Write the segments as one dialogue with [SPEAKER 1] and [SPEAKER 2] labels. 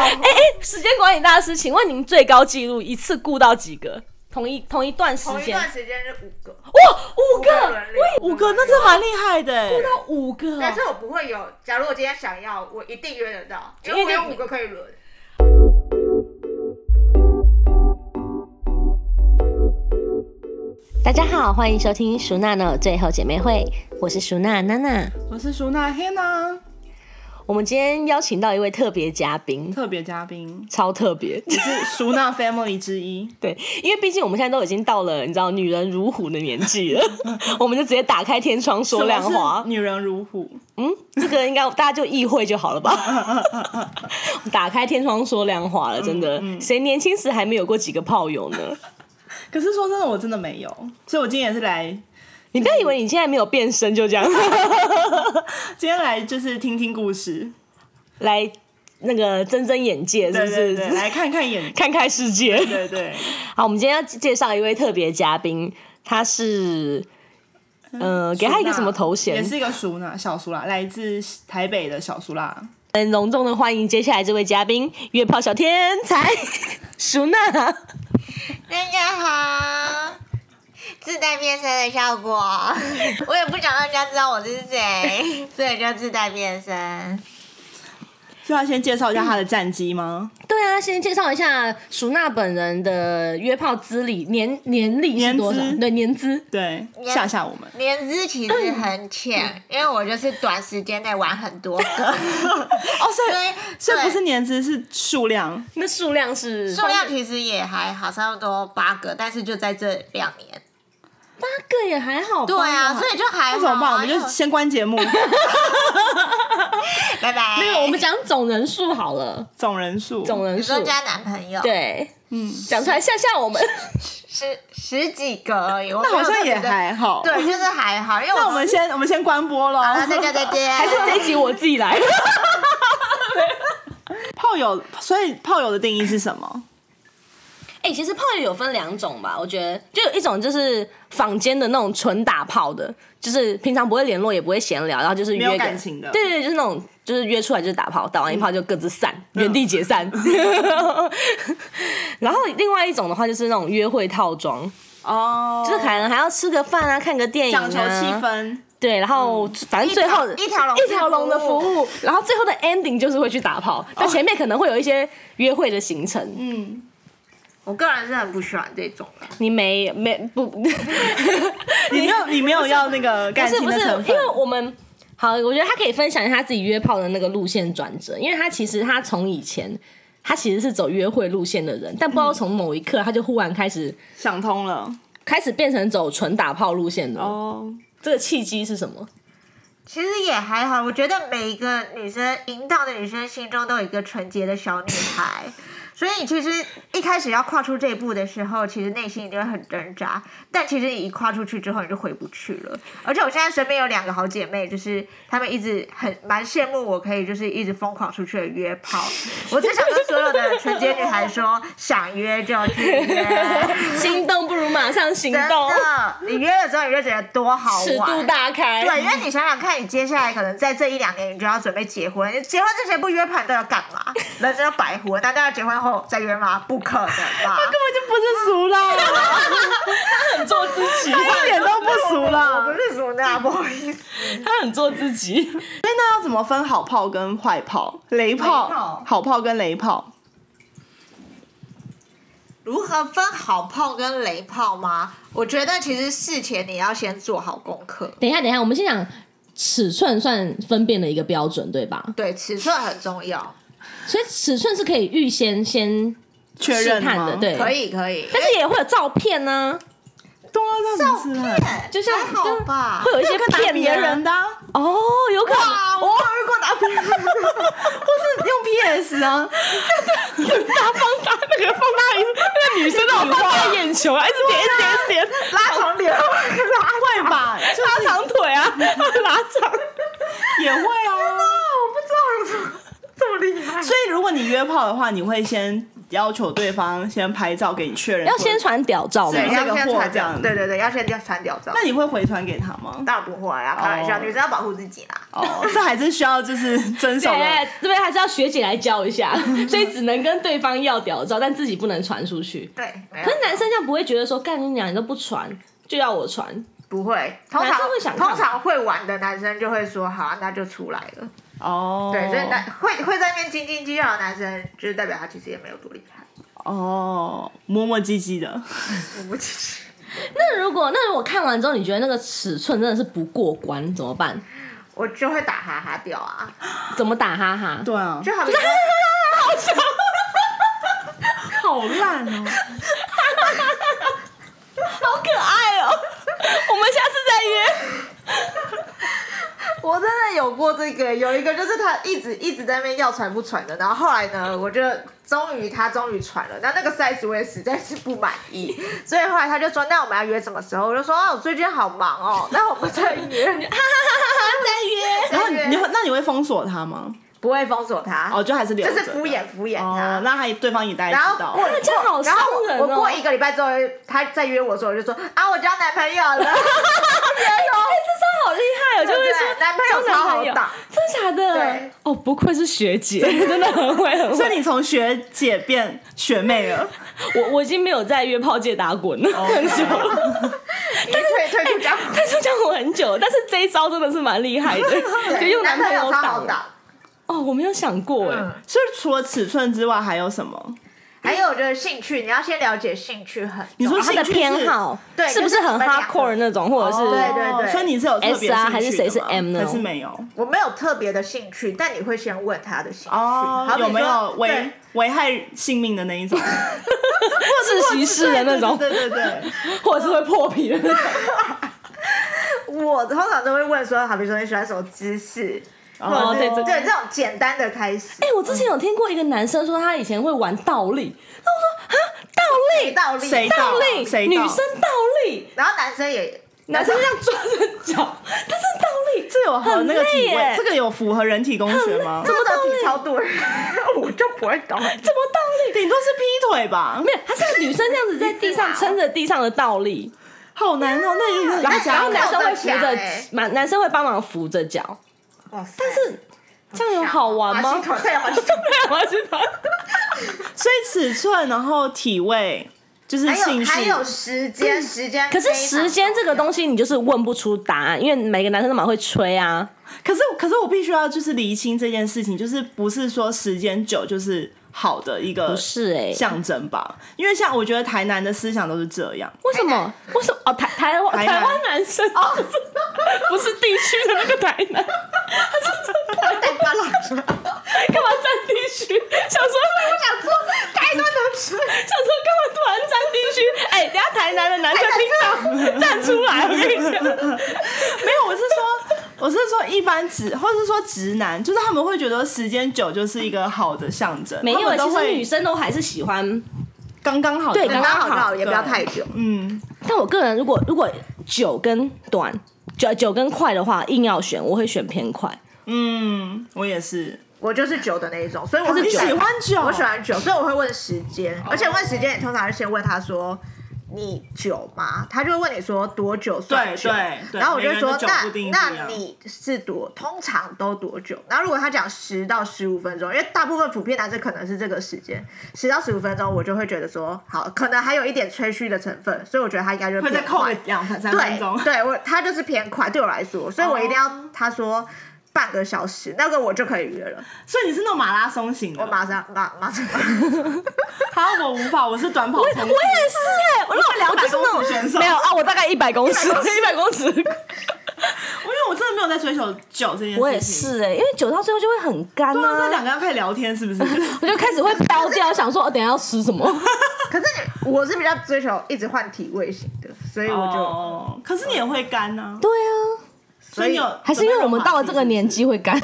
[SPEAKER 1] 哎管理大师，请问您最高纪录一次雇到几个？同一同一段时
[SPEAKER 2] 同一
[SPEAKER 1] 间，
[SPEAKER 2] 段时间是五个，
[SPEAKER 1] 哇，五
[SPEAKER 2] 五个
[SPEAKER 1] 个，
[SPEAKER 2] 轮流，
[SPEAKER 3] 五个那是蛮厉害的欸，
[SPEAKER 1] 到五个哦，
[SPEAKER 2] 但是我不会有，假如我今天想要，我一定约得到，因
[SPEAKER 1] 因
[SPEAKER 2] 为
[SPEAKER 1] 为
[SPEAKER 2] 我
[SPEAKER 1] 你
[SPEAKER 2] 有五个可以轮。
[SPEAKER 4] 大家好，欢迎收听《熟娜的最后姐妹会》，我是熟娜娜娜。
[SPEAKER 3] 我是舒娜 Hannah，
[SPEAKER 4] 我们今天邀请到一位特别嘉宾，
[SPEAKER 3] 特别嘉宾，
[SPEAKER 4] 超特 别。
[SPEAKER 3] 你是舒娜 Family 之一。
[SPEAKER 4] 对，因为毕竟我们现在都已经到了你知道女人如虎的年 纪了，我们就直接打开天窗说亮
[SPEAKER 3] 什么
[SPEAKER 4] 话
[SPEAKER 3] 是。女人如虎，
[SPEAKER 4] 嗯，这个应该大家就意会就好了 吧？打开天窗说亮话了，真的，
[SPEAKER 3] 嗯
[SPEAKER 4] 谁年轻时还没有过几个炮友 呢？
[SPEAKER 3] 可是说真的，我真的没有，所以我今天也是来，
[SPEAKER 4] 你不要以为你现在没有变身就这样，
[SPEAKER 3] 今天来就是听听故事，
[SPEAKER 4] 来那个增增眼界，是
[SPEAKER 3] 对
[SPEAKER 4] 不是？
[SPEAKER 3] 对对，来看看眼，
[SPEAKER 4] 看开世界。
[SPEAKER 3] 对对，
[SPEAKER 4] 好，我们今天要介绍一位特别嘉宾，他是，呃， 给他一个什么头
[SPEAKER 3] 也
[SPEAKER 4] 衔？
[SPEAKER 3] 是一个熟嗯娜，小熟啦，来自台北的小熟啦。
[SPEAKER 4] 很隆重的欢迎接下来这位嘉宾，约炮小天才 熟娜。
[SPEAKER 5] 大家好，自带变身的效果， 我也不想让人家知道我是谁， 所以就自带变身。
[SPEAKER 3] 就要先介绍一下他的战绩吗？
[SPEAKER 4] 对啊，先介绍一下熟娜本人的约炮资历，年年历是多少
[SPEAKER 3] 年？资
[SPEAKER 4] 对，年资。
[SPEAKER 3] 对，
[SPEAKER 5] 嗯
[SPEAKER 3] 吓吓我 们。
[SPEAKER 5] 年资其实很
[SPEAKER 3] 嗯
[SPEAKER 5] 浅，因为我就是短时间内玩很多个，
[SPEAKER 3] 哦，所
[SPEAKER 5] 所
[SPEAKER 3] 以
[SPEAKER 5] 以
[SPEAKER 3] 所以不是
[SPEAKER 5] 对
[SPEAKER 3] 年资是数量，
[SPEAKER 4] 那数量是
[SPEAKER 5] 数量其实也还好，差不多八个，但是就在这两年。
[SPEAKER 4] 八个也还好吧。
[SPEAKER 5] 对啊，所以就还好、啊。
[SPEAKER 3] 那怎么办？我们
[SPEAKER 5] 因为
[SPEAKER 3] 就先关节目，
[SPEAKER 5] 拜拜。
[SPEAKER 4] 没哎有，我们讲总人数好了，
[SPEAKER 3] 总人数，
[SPEAKER 4] 总人
[SPEAKER 5] 你
[SPEAKER 4] 数
[SPEAKER 5] 说。加男朋友，，
[SPEAKER 4] 对，嗯，讲出来吓吓我们。
[SPEAKER 5] 十十几个而已，那
[SPEAKER 3] 那好像也还好。
[SPEAKER 5] 对，就是还好，因为
[SPEAKER 3] 那我
[SPEAKER 5] 们
[SPEAKER 3] 们先我们先关播喽。
[SPEAKER 5] 好了，大家再见。
[SPEAKER 4] 还是这一集我自己来。
[SPEAKER 3] 炮友，所以炮友的定义是什么？
[SPEAKER 4] 哎、其实炮友有分两种吧，我觉得就有一种就是坊间的那种纯打炮的，就是平常不会联络，也不会闲聊，然后就是约
[SPEAKER 3] 没有
[SPEAKER 4] 个
[SPEAKER 3] 感情的嗯
[SPEAKER 4] 对对对，就是那种就是约出来就是打炮，打完一炮就各自散，原地解散。 然后另外一种的话就是那种约会套装，
[SPEAKER 3] 哦，
[SPEAKER 4] 就是可能还要吃个饭啊，看个电影、啊，
[SPEAKER 3] 讲求气氛，嗯
[SPEAKER 4] 对，然后反正最后
[SPEAKER 5] 一条龙
[SPEAKER 4] 一条龙的服务，然后最后的 ending 就是会去打炮，但前面可能会有一些约会的行程，
[SPEAKER 3] 嗯，
[SPEAKER 5] 我个人是很不喜欢这种的。
[SPEAKER 4] 你没没 不，
[SPEAKER 3] 你没有你没有要那个
[SPEAKER 4] 不
[SPEAKER 3] 感
[SPEAKER 4] 是
[SPEAKER 3] 情
[SPEAKER 4] 不
[SPEAKER 3] 的
[SPEAKER 4] 是
[SPEAKER 3] 成，
[SPEAKER 4] 因
[SPEAKER 3] 分
[SPEAKER 4] 为我们好，我觉得他可以分享一下他自己约炮的那个路线转折，因为他其实他从以前。他其实是走约会路线的人，但不知道从某一刻他就忽然开始、
[SPEAKER 3] 想通了
[SPEAKER 4] 开始变成走纯打炮路线的。
[SPEAKER 3] 哦。
[SPEAKER 4] 这个契机是什么？
[SPEAKER 5] 其实也还好，我觉得每一个女生引导的女生心中都有一个纯洁的小女 孩，所以其实一开始要跨出这一步的时候，其实内心一定会很挣扎。但其实你一跨出去之后，你就回不去了。而且我现在身边有两个好姐妹，就是她们一直很蛮羡慕我可以就是一直疯狂出去的约炮。 我只想跟所有的纯洁女孩说，想约就去 约。
[SPEAKER 4] 心动不如马上行
[SPEAKER 5] 真
[SPEAKER 4] 动，
[SPEAKER 5] 的，你约了之后你就觉得多好玩，
[SPEAKER 4] 尺度大开。
[SPEAKER 5] 对，因为你想想看，你接下来可能在这一两年，你就要准备结婚。你结婚之前不约炮，你到底要干嘛？人生要白活，难道要结婚后再约吗？不可能吧！
[SPEAKER 3] 根本就不是 熟啦，
[SPEAKER 4] 很做自己，
[SPEAKER 3] 一点都不熟啦。
[SPEAKER 5] 不是熟那，不好意思。
[SPEAKER 4] 他很做自己。
[SPEAKER 3] 所以那要怎么分好炮跟坏炮？雷炮、
[SPEAKER 5] 雷炮
[SPEAKER 3] 好炮跟雷炮，
[SPEAKER 5] 如何分好炮跟雷炮吗？我觉得其实事前你要先做好功课，
[SPEAKER 4] 等一下，等一下，我们先讲尺寸算分辨的一个标准，对吧？
[SPEAKER 5] 对，尺寸很重要。
[SPEAKER 4] 所以尺寸是可以预先先
[SPEAKER 3] 确
[SPEAKER 4] 试
[SPEAKER 3] 认
[SPEAKER 4] 探的，
[SPEAKER 3] 吗？
[SPEAKER 4] 对。
[SPEAKER 5] 可，以，可以。
[SPEAKER 4] 但是也会有照片呢、
[SPEAKER 3] 对啊，那
[SPEAKER 5] 照
[SPEAKER 3] 怎么知道
[SPEAKER 5] 片
[SPEAKER 4] 就像
[SPEAKER 5] 还好吧
[SPEAKER 4] 会？有一些
[SPEAKER 3] 那个拿
[SPEAKER 4] 骗
[SPEAKER 3] 别
[SPEAKER 4] 啊
[SPEAKER 3] 人的啊，
[SPEAKER 4] 哦，有可能。
[SPEAKER 5] 啊，我没有遇过打别人
[SPEAKER 3] 或是用 PS 啊，
[SPEAKER 4] 大放大那个放大一那个女生那种放大眼球啊，一直点一直点一直点，
[SPEAKER 5] 拉长脸，
[SPEAKER 3] 会吧？就是
[SPEAKER 4] 拉长腿啊， 拉长。
[SPEAKER 3] 也会啊。
[SPEAKER 5] 这么厉害。
[SPEAKER 3] 所以如果你约炮的话，你会先要求对方先拍照给你确认，
[SPEAKER 4] 要先。传屌照吗
[SPEAKER 3] 是？
[SPEAKER 2] 要
[SPEAKER 3] 这个
[SPEAKER 2] 先
[SPEAKER 3] 货
[SPEAKER 2] 传
[SPEAKER 3] 这
[SPEAKER 2] 屌，
[SPEAKER 3] 样
[SPEAKER 2] 对对对，要先传屌照
[SPEAKER 5] 哦
[SPEAKER 3] 那。你会回传给他吗？
[SPEAKER 2] 当然不会啊，开玩笑，
[SPEAKER 3] 哦
[SPEAKER 2] 女生要保护自己啦。
[SPEAKER 3] 哦，这还是需要就是 遵守的。
[SPEAKER 4] 对，这边还是要学姐来教一下，所以只能跟对方要屌照，但自己不能传出去。
[SPEAKER 2] 对，没有
[SPEAKER 4] 可是男生这样不会觉得说，干你娘，你都不传，就要我传，
[SPEAKER 2] 不会，通
[SPEAKER 4] 男
[SPEAKER 2] 常
[SPEAKER 4] 生会想看
[SPEAKER 2] 通常会玩的男生就会说好，那就出来了。
[SPEAKER 3] 哦，
[SPEAKER 2] 对，所以男会会在那边斤斤计较的男生，就是代表他其实也没有多厉害。
[SPEAKER 3] 哦，磨磨唧唧的，
[SPEAKER 2] 我不知
[SPEAKER 4] 那如果那如果看完之后，你觉得那个尺寸真的是不过关，怎么办？
[SPEAKER 2] 我就会打哈哈掉啊，
[SPEAKER 4] 怎么打哈哈？
[SPEAKER 3] 对啊，
[SPEAKER 2] 就好比说
[SPEAKER 3] 好烂哦。
[SPEAKER 4] 好可爱哦、我们下次再约。
[SPEAKER 2] 我真的有过这个，有一个就是他一直一直在那边要传不传的，然后后来呢，我就终于他终于传了，那那个 size 我也实在是不满意，所以后来他就说那我们要约什么时候？我就说哦，我最近好忙哦，那我们再
[SPEAKER 4] 再
[SPEAKER 2] 约，
[SPEAKER 3] 然后 你
[SPEAKER 2] 对
[SPEAKER 3] 你会那你会封锁他吗？
[SPEAKER 2] 不会封锁他，
[SPEAKER 3] 哦，就还是留
[SPEAKER 2] 就
[SPEAKER 3] 着的，
[SPEAKER 2] 是敷衍敷衍他。
[SPEAKER 3] 哦，那他对方也大概
[SPEAKER 2] 然
[SPEAKER 3] 知
[SPEAKER 2] 后
[SPEAKER 3] 道
[SPEAKER 2] 过。
[SPEAKER 4] 这样好
[SPEAKER 2] 然后
[SPEAKER 4] 伤人
[SPEAKER 2] 我我过
[SPEAKER 4] 哦
[SPEAKER 2] 一个礼拜之后，他再约我的时候，我就说啊，我交男朋友了。
[SPEAKER 4] 哎这招好厉害哦、就会
[SPEAKER 2] 对
[SPEAKER 4] 说
[SPEAKER 2] 不对男朋友
[SPEAKER 4] 交男朋
[SPEAKER 2] 超
[SPEAKER 4] 友
[SPEAKER 2] 好打，
[SPEAKER 4] 真的假的
[SPEAKER 2] 对？
[SPEAKER 4] 哦，不愧是学姐，真的很会很
[SPEAKER 3] 所
[SPEAKER 4] 会。
[SPEAKER 3] 以你从学姐变学 妹了，
[SPEAKER 4] 我我已经没有在约炮界打滚
[SPEAKER 2] 哦
[SPEAKER 4] 了很久了，
[SPEAKER 2] 你退退出交，
[SPEAKER 4] 但是讲我很久，但是这一招真的是蛮厉害的， 就用
[SPEAKER 2] 男
[SPEAKER 4] 朋
[SPEAKER 2] 友超好
[SPEAKER 4] 挡。
[SPEAKER 2] 打。
[SPEAKER 4] 哦，我没有想过哎，
[SPEAKER 2] 嗯，
[SPEAKER 3] 所以除了尺寸之外还有什么？
[SPEAKER 2] 还有就是兴趣，你要先了解兴趣很重要。
[SPEAKER 3] 你说
[SPEAKER 4] 他的
[SPEAKER 3] 兴趣是
[SPEAKER 4] 偏好
[SPEAKER 2] 对
[SPEAKER 4] 是不是很
[SPEAKER 2] 就是分两个
[SPEAKER 4] hardcore 那种，或者是
[SPEAKER 2] 哦对对对
[SPEAKER 3] 哦所以你是有特
[SPEAKER 4] S 啊
[SPEAKER 3] 别兴趣的吗
[SPEAKER 4] 还是谁是 M 呢
[SPEAKER 3] 还是没有？
[SPEAKER 2] 我没有特别的兴趣，但你会先问他的兴趣，
[SPEAKER 3] 哦
[SPEAKER 2] 好，比
[SPEAKER 3] 有
[SPEAKER 2] 说
[SPEAKER 3] 没有危
[SPEAKER 2] 对
[SPEAKER 3] 危害性命的那一种？
[SPEAKER 4] 自习室的那种，
[SPEAKER 3] 对对对对对。
[SPEAKER 4] 或者是会破皮的那种？
[SPEAKER 2] 我通常都会问说，好比说你喜欢什么姿势，
[SPEAKER 3] 哦
[SPEAKER 2] 或者是
[SPEAKER 4] 对这
[SPEAKER 2] 对这种简单的开始
[SPEAKER 4] 哎、，我之前有听过一个男生说他以前会玩倒立，那我说啊，
[SPEAKER 2] 道理，
[SPEAKER 3] 谁
[SPEAKER 4] 倒
[SPEAKER 3] 倒
[SPEAKER 4] 立，倒
[SPEAKER 3] 谁
[SPEAKER 4] 立，女
[SPEAKER 3] 倒
[SPEAKER 4] 生倒立，
[SPEAKER 2] 然后男生也
[SPEAKER 4] 男生这样抓着脚，但是倒立，
[SPEAKER 3] 这有合那个
[SPEAKER 4] 很累
[SPEAKER 3] 体位
[SPEAKER 4] 耶，
[SPEAKER 3] 这个有符合人体工学吗？
[SPEAKER 2] 这么到体超多人， 我就不会
[SPEAKER 4] 怎
[SPEAKER 2] 懂。
[SPEAKER 4] 么倒立？
[SPEAKER 3] 顶多是劈腿吧
[SPEAKER 4] 没，有，他是女生这样子在地上撑着地上的倒立，
[SPEAKER 3] 好难哦，那一
[SPEAKER 2] 嗯
[SPEAKER 3] 定
[SPEAKER 4] 然
[SPEAKER 3] 是
[SPEAKER 4] 后然后男生会扶
[SPEAKER 2] 靠
[SPEAKER 4] 着
[SPEAKER 2] 着墙欸，
[SPEAKER 4] 男男生会帮忙扶着脚，
[SPEAKER 2] 哇塞，
[SPEAKER 4] 但是这样有好玩
[SPEAKER 2] 马
[SPEAKER 4] 吗
[SPEAKER 2] 戏？团对欸马戏团
[SPEAKER 4] 我要去打
[SPEAKER 3] 所以尺寸，然后体位，就是
[SPEAKER 2] 还
[SPEAKER 3] 兴
[SPEAKER 2] 有
[SPEAKER 3] 趣。
[SPEAKER 2] 还有时
[SPEAKER 5] 嗯
[SPEAKER 2] 间，时 间
[SPEAKER 4] 可是
[SPEAKER 2] 非常
[SPEAKER 4] 时间这个
[SPEAKER 2] 重要
[SPEAKER 4] 东西，你就是问不出答案，因为每个男生都蛮会吹啊。
[SPEAKER 3] 可是可是我必须要就是厘清这件事情，就是不是说时间久就是好的一个
[SPEAKER 4] 不是哎、
[SPEAKER 3] 象征吧？因为像我觉得台南的思想都是这样，
[SPEAKER 4] 为什
[SPEAKER 2] 哎
[SPEAKER 4] 么？为什么？哦，台台湾
[SPEAKER 3] 台南
[SPEAKER 4] 台湾男生哦， 不是地区的那个台南，他是
[SPEAKER 2] 带巴拉扯，
[SPEAKER 4] 干嘛占地区？想说我想说台南的 吃，想说干嘛突然占地区？哎、等一下台南的男生听到站出来，我跟你讲，
[SPEAKER 3] 没有，我是说。 我是说，一般直，或是说直男，就是他们会觉得时间久就是一个好的象征，
[SPEAKER 4] 没
[SPEAKER 3] 他
[SPEAKER 4] 有，
[SPEAKER 3] 们
[SPEAKER 4] 其
[SPEAKER 3] 都
[SPEAKER 4] 实女
[SPEAKER 3] 会
[SPEAKER 4] 生都还是喜欢。
[SPEAKER 3] 刚刚好，
[SPEAKER 4] 对
[SPEAKER 2] 刚刚好就好，也不要
[SPEAKER 3] 对
[SPEAKER 2] 太久。
[SPEAKER 3] 嗯，
[SPEAKER 4] 但我个人如果如果久跟短，久久跟快的话，硬要选，我会选偏快。
[SPEAKER 3] 嗯，我也是，
[SPEAKER 2] 我就是酒的那一种，所以我
[SPEAKER 3] 你
[SPEAKER 2] 是
[SPEAKER 3] 喜欢酒，哦
[SPEAKER 2] 我喜欢酒，所以我会问时间，而且问时间，你通常是先问他说。你酒吗？他就会问你说多久算
[SPEAKER 3] 对
[SPEAKER 2] 酒，
[SPEAKER 3] 对对
[SPEAKER 2] 然后我就说
[SPEAKER 3] 每个人的酒
[SPEAKER 2] 那
[SPEAKER 3] 不定义不一
[SPEAKER 2] 那
[SPEAKER 3] 样
[SPEAKER 2] 你是多通常都多久？然后如果他讲十到十五分钟，因为大部分普遍男生可能是这个时间，十到十五分钟，我就会觉得说好，可能还有一点吹嘘的成分，所以我觉得他应该就
[SPEAKER 3] 会再
[SPEAKER 2] 偏
[SPEAKER 3] 扣个
[SPEAKER 2] 快
[SPEAKER 3] 两分三分钟哦
[SPEAKER 2] 对，，对我他就是偏快，对我来说，所以我一定要他说半个小时，那个我就可以约了。
[SPEAKER 3] 所以你是那种马拉松型
[SPEAKER 4] 嗯
[SPEAKER 3] 的，
[SPEAKER 2] 我马上马马上，
[SPEAKER 3] 好，我无法，我是欸短跑
[SPEAKER 4] 我
[SPEAKER 3] 冲
[SPEAKER 4] 也是哎、我
[SPEAKER 3] 是
[SPEAKER 4] 那我
[SPEAKER 3] 200
[SPEAKER 4] 就是那
[SPEAKER 3] 公尺选
[SPEAKER 4] 种
[SPEAKER 3] 手
[SPEAKER 4] 没有啊，我大概一百公尺，一百公尺。
[SPEAKER 3] 因为我真的没有在追求酒这件事情。
[SPEAKER 4] 我也是哎、因为酒到最后就会很干
[SPEAKER 3] 对啊，这
[SPEAKER 4] 啊，
[SPEAKER 3] 两个要开始聊 天是不是？
[SPEAKER 4] 我就开始会飙掉，想说我哦等一下要吃什么。
[SPEAKER 2] 可是你我是比较追求一直换体位型的，所以我就、
[SPEAKER 3] 哦，可是你也会干呢、啊，
[SPEAKER 4] 对啊，
[SPEAKER 3] 所以你有
[SPEAKER 4] 还是因为我们到了这个年纪会 干，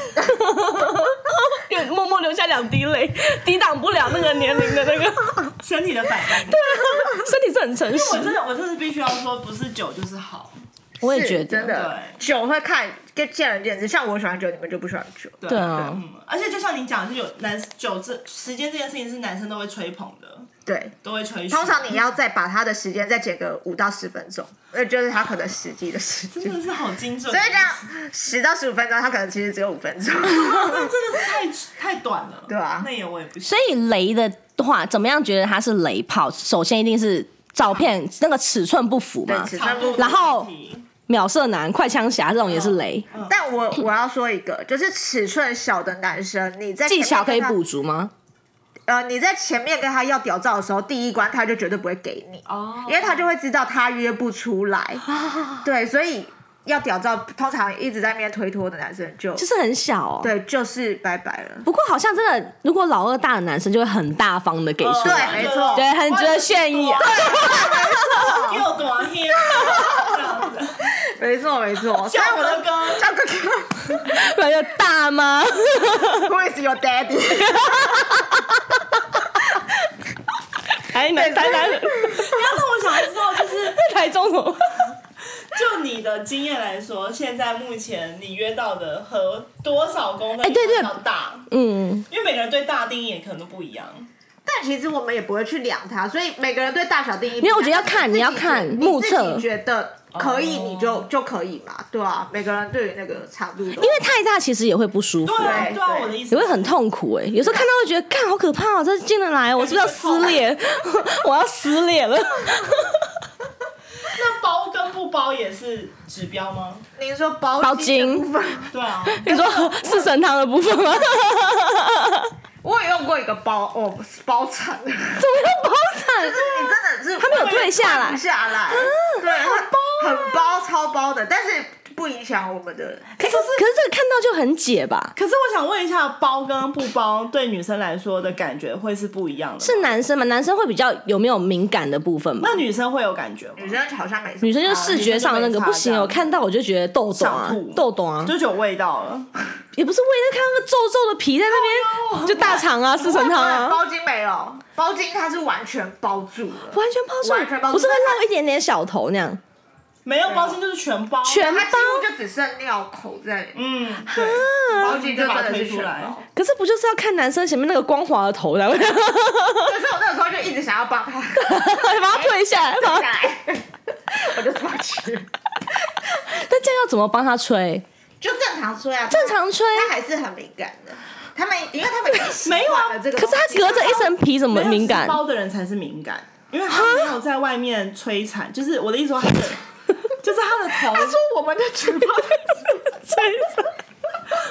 [SPEAKER 4] 有默默流下两滴泪，抵挡不了那个年龄的那个，
[SPEAKER 3] 身
[SPEAKER 4] 啊
[SPEAKER 3] 体的反应。
[SPEAKER 4] 身体是很诚
[SPEAKER 3] 我
[SPEAKER 4] 实。
[SPEAKER 3] 真的，我真的必须要说，不是酒就是好。
[SPEAKER 4] 我也
[SPEAKER 2] 是
[SPEAKER 4] 觉
[SPEAKER 2] 真
[SPEAKER 4] 得，
[SPEAKER 2] 的酒会看跟见仁见智，像我喜欢酒，你们就不喜欢酒。
[SPEAKER 3] 对
[SPEAKER 4] 对啊
[SPEAKER 3] 嗯而且就像你讲，就有男酒这时间这件事情是男生都会吹捧的，
[SPEAKER 2] 对，
[SPEAKER 3] 都会吹嘘。
[SPEAKER 2] 通常你要再把他的时间再减个五到十分钟，那就是他可能实际的时间。
[SPEAKER 3] 真的是好精准，
[SPEAKER 2] 所以这样十到十五分钟，他可能其实只有五分 钟。
[SPEAKER 3] 那 真的是太太短了，
[SPEAKER 2] 对啊
[SPEAKER 3] 那也我也不行。
[SPEAKER 4] 所以雷的话，怎么样觉得它是雷炮？首先一定是照片那个尺寸不符嘛
[SPEAKER 2] 对，尺
[SPEAKER 3] 长度
[SPEAKER 4] 然后
[SPEAKER 3] 问题
[SPEAKER 4] 秒射男、快枪侠这种也是雷，
[SPEAKER 2] 但我我要说一个，就是尺寸小的男生，你在
[SPEAKER 4] 技
[SPEAKER 2] 前面
[SPEAKER 4] 巧可以
[SPEAKER 2] 跟他
[SPEAKER 4] 补足吗？
[SPEAKER 2] 呃，你在前面跟他要屌照的时候，第一关他就绝对不会给你，
[SPEAKER 3] 哦
[SPEAKER 2] 因为他就会知道他约不出 来。对，所以要屌照，通常一直在那边推脱的男生就
[SPEAKER 4] 就是很小哦。
[SPEAKER 2] 对，就是拜拜了。
[SPEAKER 4] 不过好像真的，如果老二大的男生就会很大方的给出
[SPEAKER 2] 对
[SPEAKER 3] 啊
[SPEAKER 4] 来，
[SPEAKER 2] 没错
[SPEAKER 4] 对，很值得炫耀。
[SPEAKER 3] 又多黑，这样子
[SPEAKER 2] 没错，没 错。所以
[SPEAKER 3] 叫
[SPEAKER 2] 我
[SPEAKER 3] 我
[SPEAKER 2] 的
[SPEAKER 3] 的歌，
[SPEAKER 2] 叫哥哥
[SPEAKER 4] 不然就大吗？
[SPEAKER 2] ，Who is your daddy？
[SPEAKER 4] 台南哎台南
[SPEAKER 3] 但是我想知道，就是
[SPEAKER 4] 台中什哦么？
[SPEAKER 3] 就你的经验来说，现在目前你约到的和多少公
[SPEAKER 4] 哎
[SPEAKER 3] 分
[SPEAKER 4] 对对
[SPEAKER 3] 比较大？
[SPEAKER 4] 嗯，
[SPEAKER 3] 因为每个人对大定义也可能都不一样。
[SPEAKER 2] 但其实我们也不会去量他，所以每个人对大小定义不
[SPEAKER 4] 没
[SPEAKER 2] 一样。
[SPEAKER 4] 有我觉得要看
[SPEAKER 2] 但是自己
[SPEAKER 4] 你要看
[SPEAKER 2] 觉
[SPEAKER 4] 目测
[SPEAKER 2] 你自己觉得可以，
[SPEAKER 3] 哦
[SPEAKER 2] 你就就可以嘛，对啊，每个人对于那个长度都，因
[SPEAKER 4] 因为太大其实也会不舒服
[SPEAKER 3] 对，啊，
[SPEAKER 2] 对
[SPEAKER 3] 对啊，
[SPEAKER 2] 对
[SPEAKER 3] 我的意思
[SPEAKER 4] 也会很痛苦哎、有时候看到会觉得，看好可怕哦、这进得来，我是不是要撕裂？ 我要撕裂 了。
[SPEAKER 3] 那包跟不包也是指标吗？
[SPEAKER 2] 您说包
[SPEAKER 4] 包
[SPEAKER 2] 巾的
[SPEAKER 4] 巾
[SPEAKER 2] 部分
[SPEAKER 3] 对啊，
[SPEAKER 4] 你说四神汤的部分吗？
[SPEAKER 2] 我有用过一个包哦，包产，就是
[SPEAKER 4] 怎
[SPEAKER 3] 啊
[SPEAKER 4] 么又包惨？
[SPEAKER 2] 你真的 是
[SPEAKER 4] 它没有退下来啊
[SPEAKER 2] 不下来，对，很包很包超包的，但是不影响我们的。
[SPEAKER 4] 可是可是这个看到就很解吧？
[SPEAKER 3] 可是我想问一下，包跟不包对女生来说的感觉会是不一样的吗？
[SPEAKER 4] 是男生嘛？男生会比较有没有敏感的部分嘛
[SPEAKER 3] 那？女生会有感觉吗？
[SPEAKER 2] 女生好像没什么，
[SPEAKER 4] 女生就视觉上那个
[SPEAKER 3] 啊
[SPEAKER 4] 不行，
[SPEAKER 3] 女生就没差这样
[SPEAKER 4] 我看到我就觉得痘痘啊
[SPEAKER 3] 想吐，
[SPEAKER 4] 痘痘啊，
[SPEAKER 3] 就有味道了，
[SPEAKER 4] 也不是为了看那个皱皱的皮在
[SPEAKER 3] 哎
[SPEAKER 4] 那边，就大肠啊、四神汤
[SPEAKER 2] 对
[SPEAKER 4] 啊，
[SPEAKER 2] 包巾没有，包巾它是完全包住了，
[SPEAKER 4] 完全
[SPEAKER 2] 完全包
[SPEAKER 4] 包住，不
[SPEAKER 2] 住
[SPEAKER 4] 是会露一点点小头那样，
[SPEAKER 3] 没有包巾就是全包，
[SPEAKER 4] 全
[SPEAKER 2] 它几
[SPEAKER 4] 包。
[SPEAKER 2] 乎就只剩尿口在，
[SPEAKER 3] 嗯，对，
[SPEAKER 2] 包巾就真
[SPEAKER 3] 把它
[SPEAKER 2] 的
[SPEAKER 3] 推
[SPEAKER 2] 是
[SPEAKER 3] 出
[SPEAKER 2] 全
[SPEAKER 3] 来
[SPEAKER 2] 包。
[SPEAKER 4] 可是不就是要看男生前面那个光滑的头 才会
[SPEAKER 2] 对，所以我那个时候就一直想要 帮他
[SPEAKER 4] 把它 退下来？把
[SPEAKER 2] 下
[SPEAKER 4] 它
[SPEAKER 2] 来，我就放弃，
[SPEAKER 4] 那这样要怎么帮他吹？
[SPEAKER 2] 就正常吹啊，
[SPEAKER 4] 正常吹，
[SPEAKER 2] 他还是很敏感的。他们因为他们已经习
[SPEAKER 3] 没有啊
[SPEAKER 2] 惯了这个
[SPEAKER 4] 可是
[SPEAKER 2] 东西，
[SPEAKER 4] 他隔着一层皮怎么敏感？
[SPEAKER 3] 包的人才是敏感，因为他没有在外面摧残，就是我的意思 说他的，就是他的头，
[SPEAKER 2] 说我们的嘴巴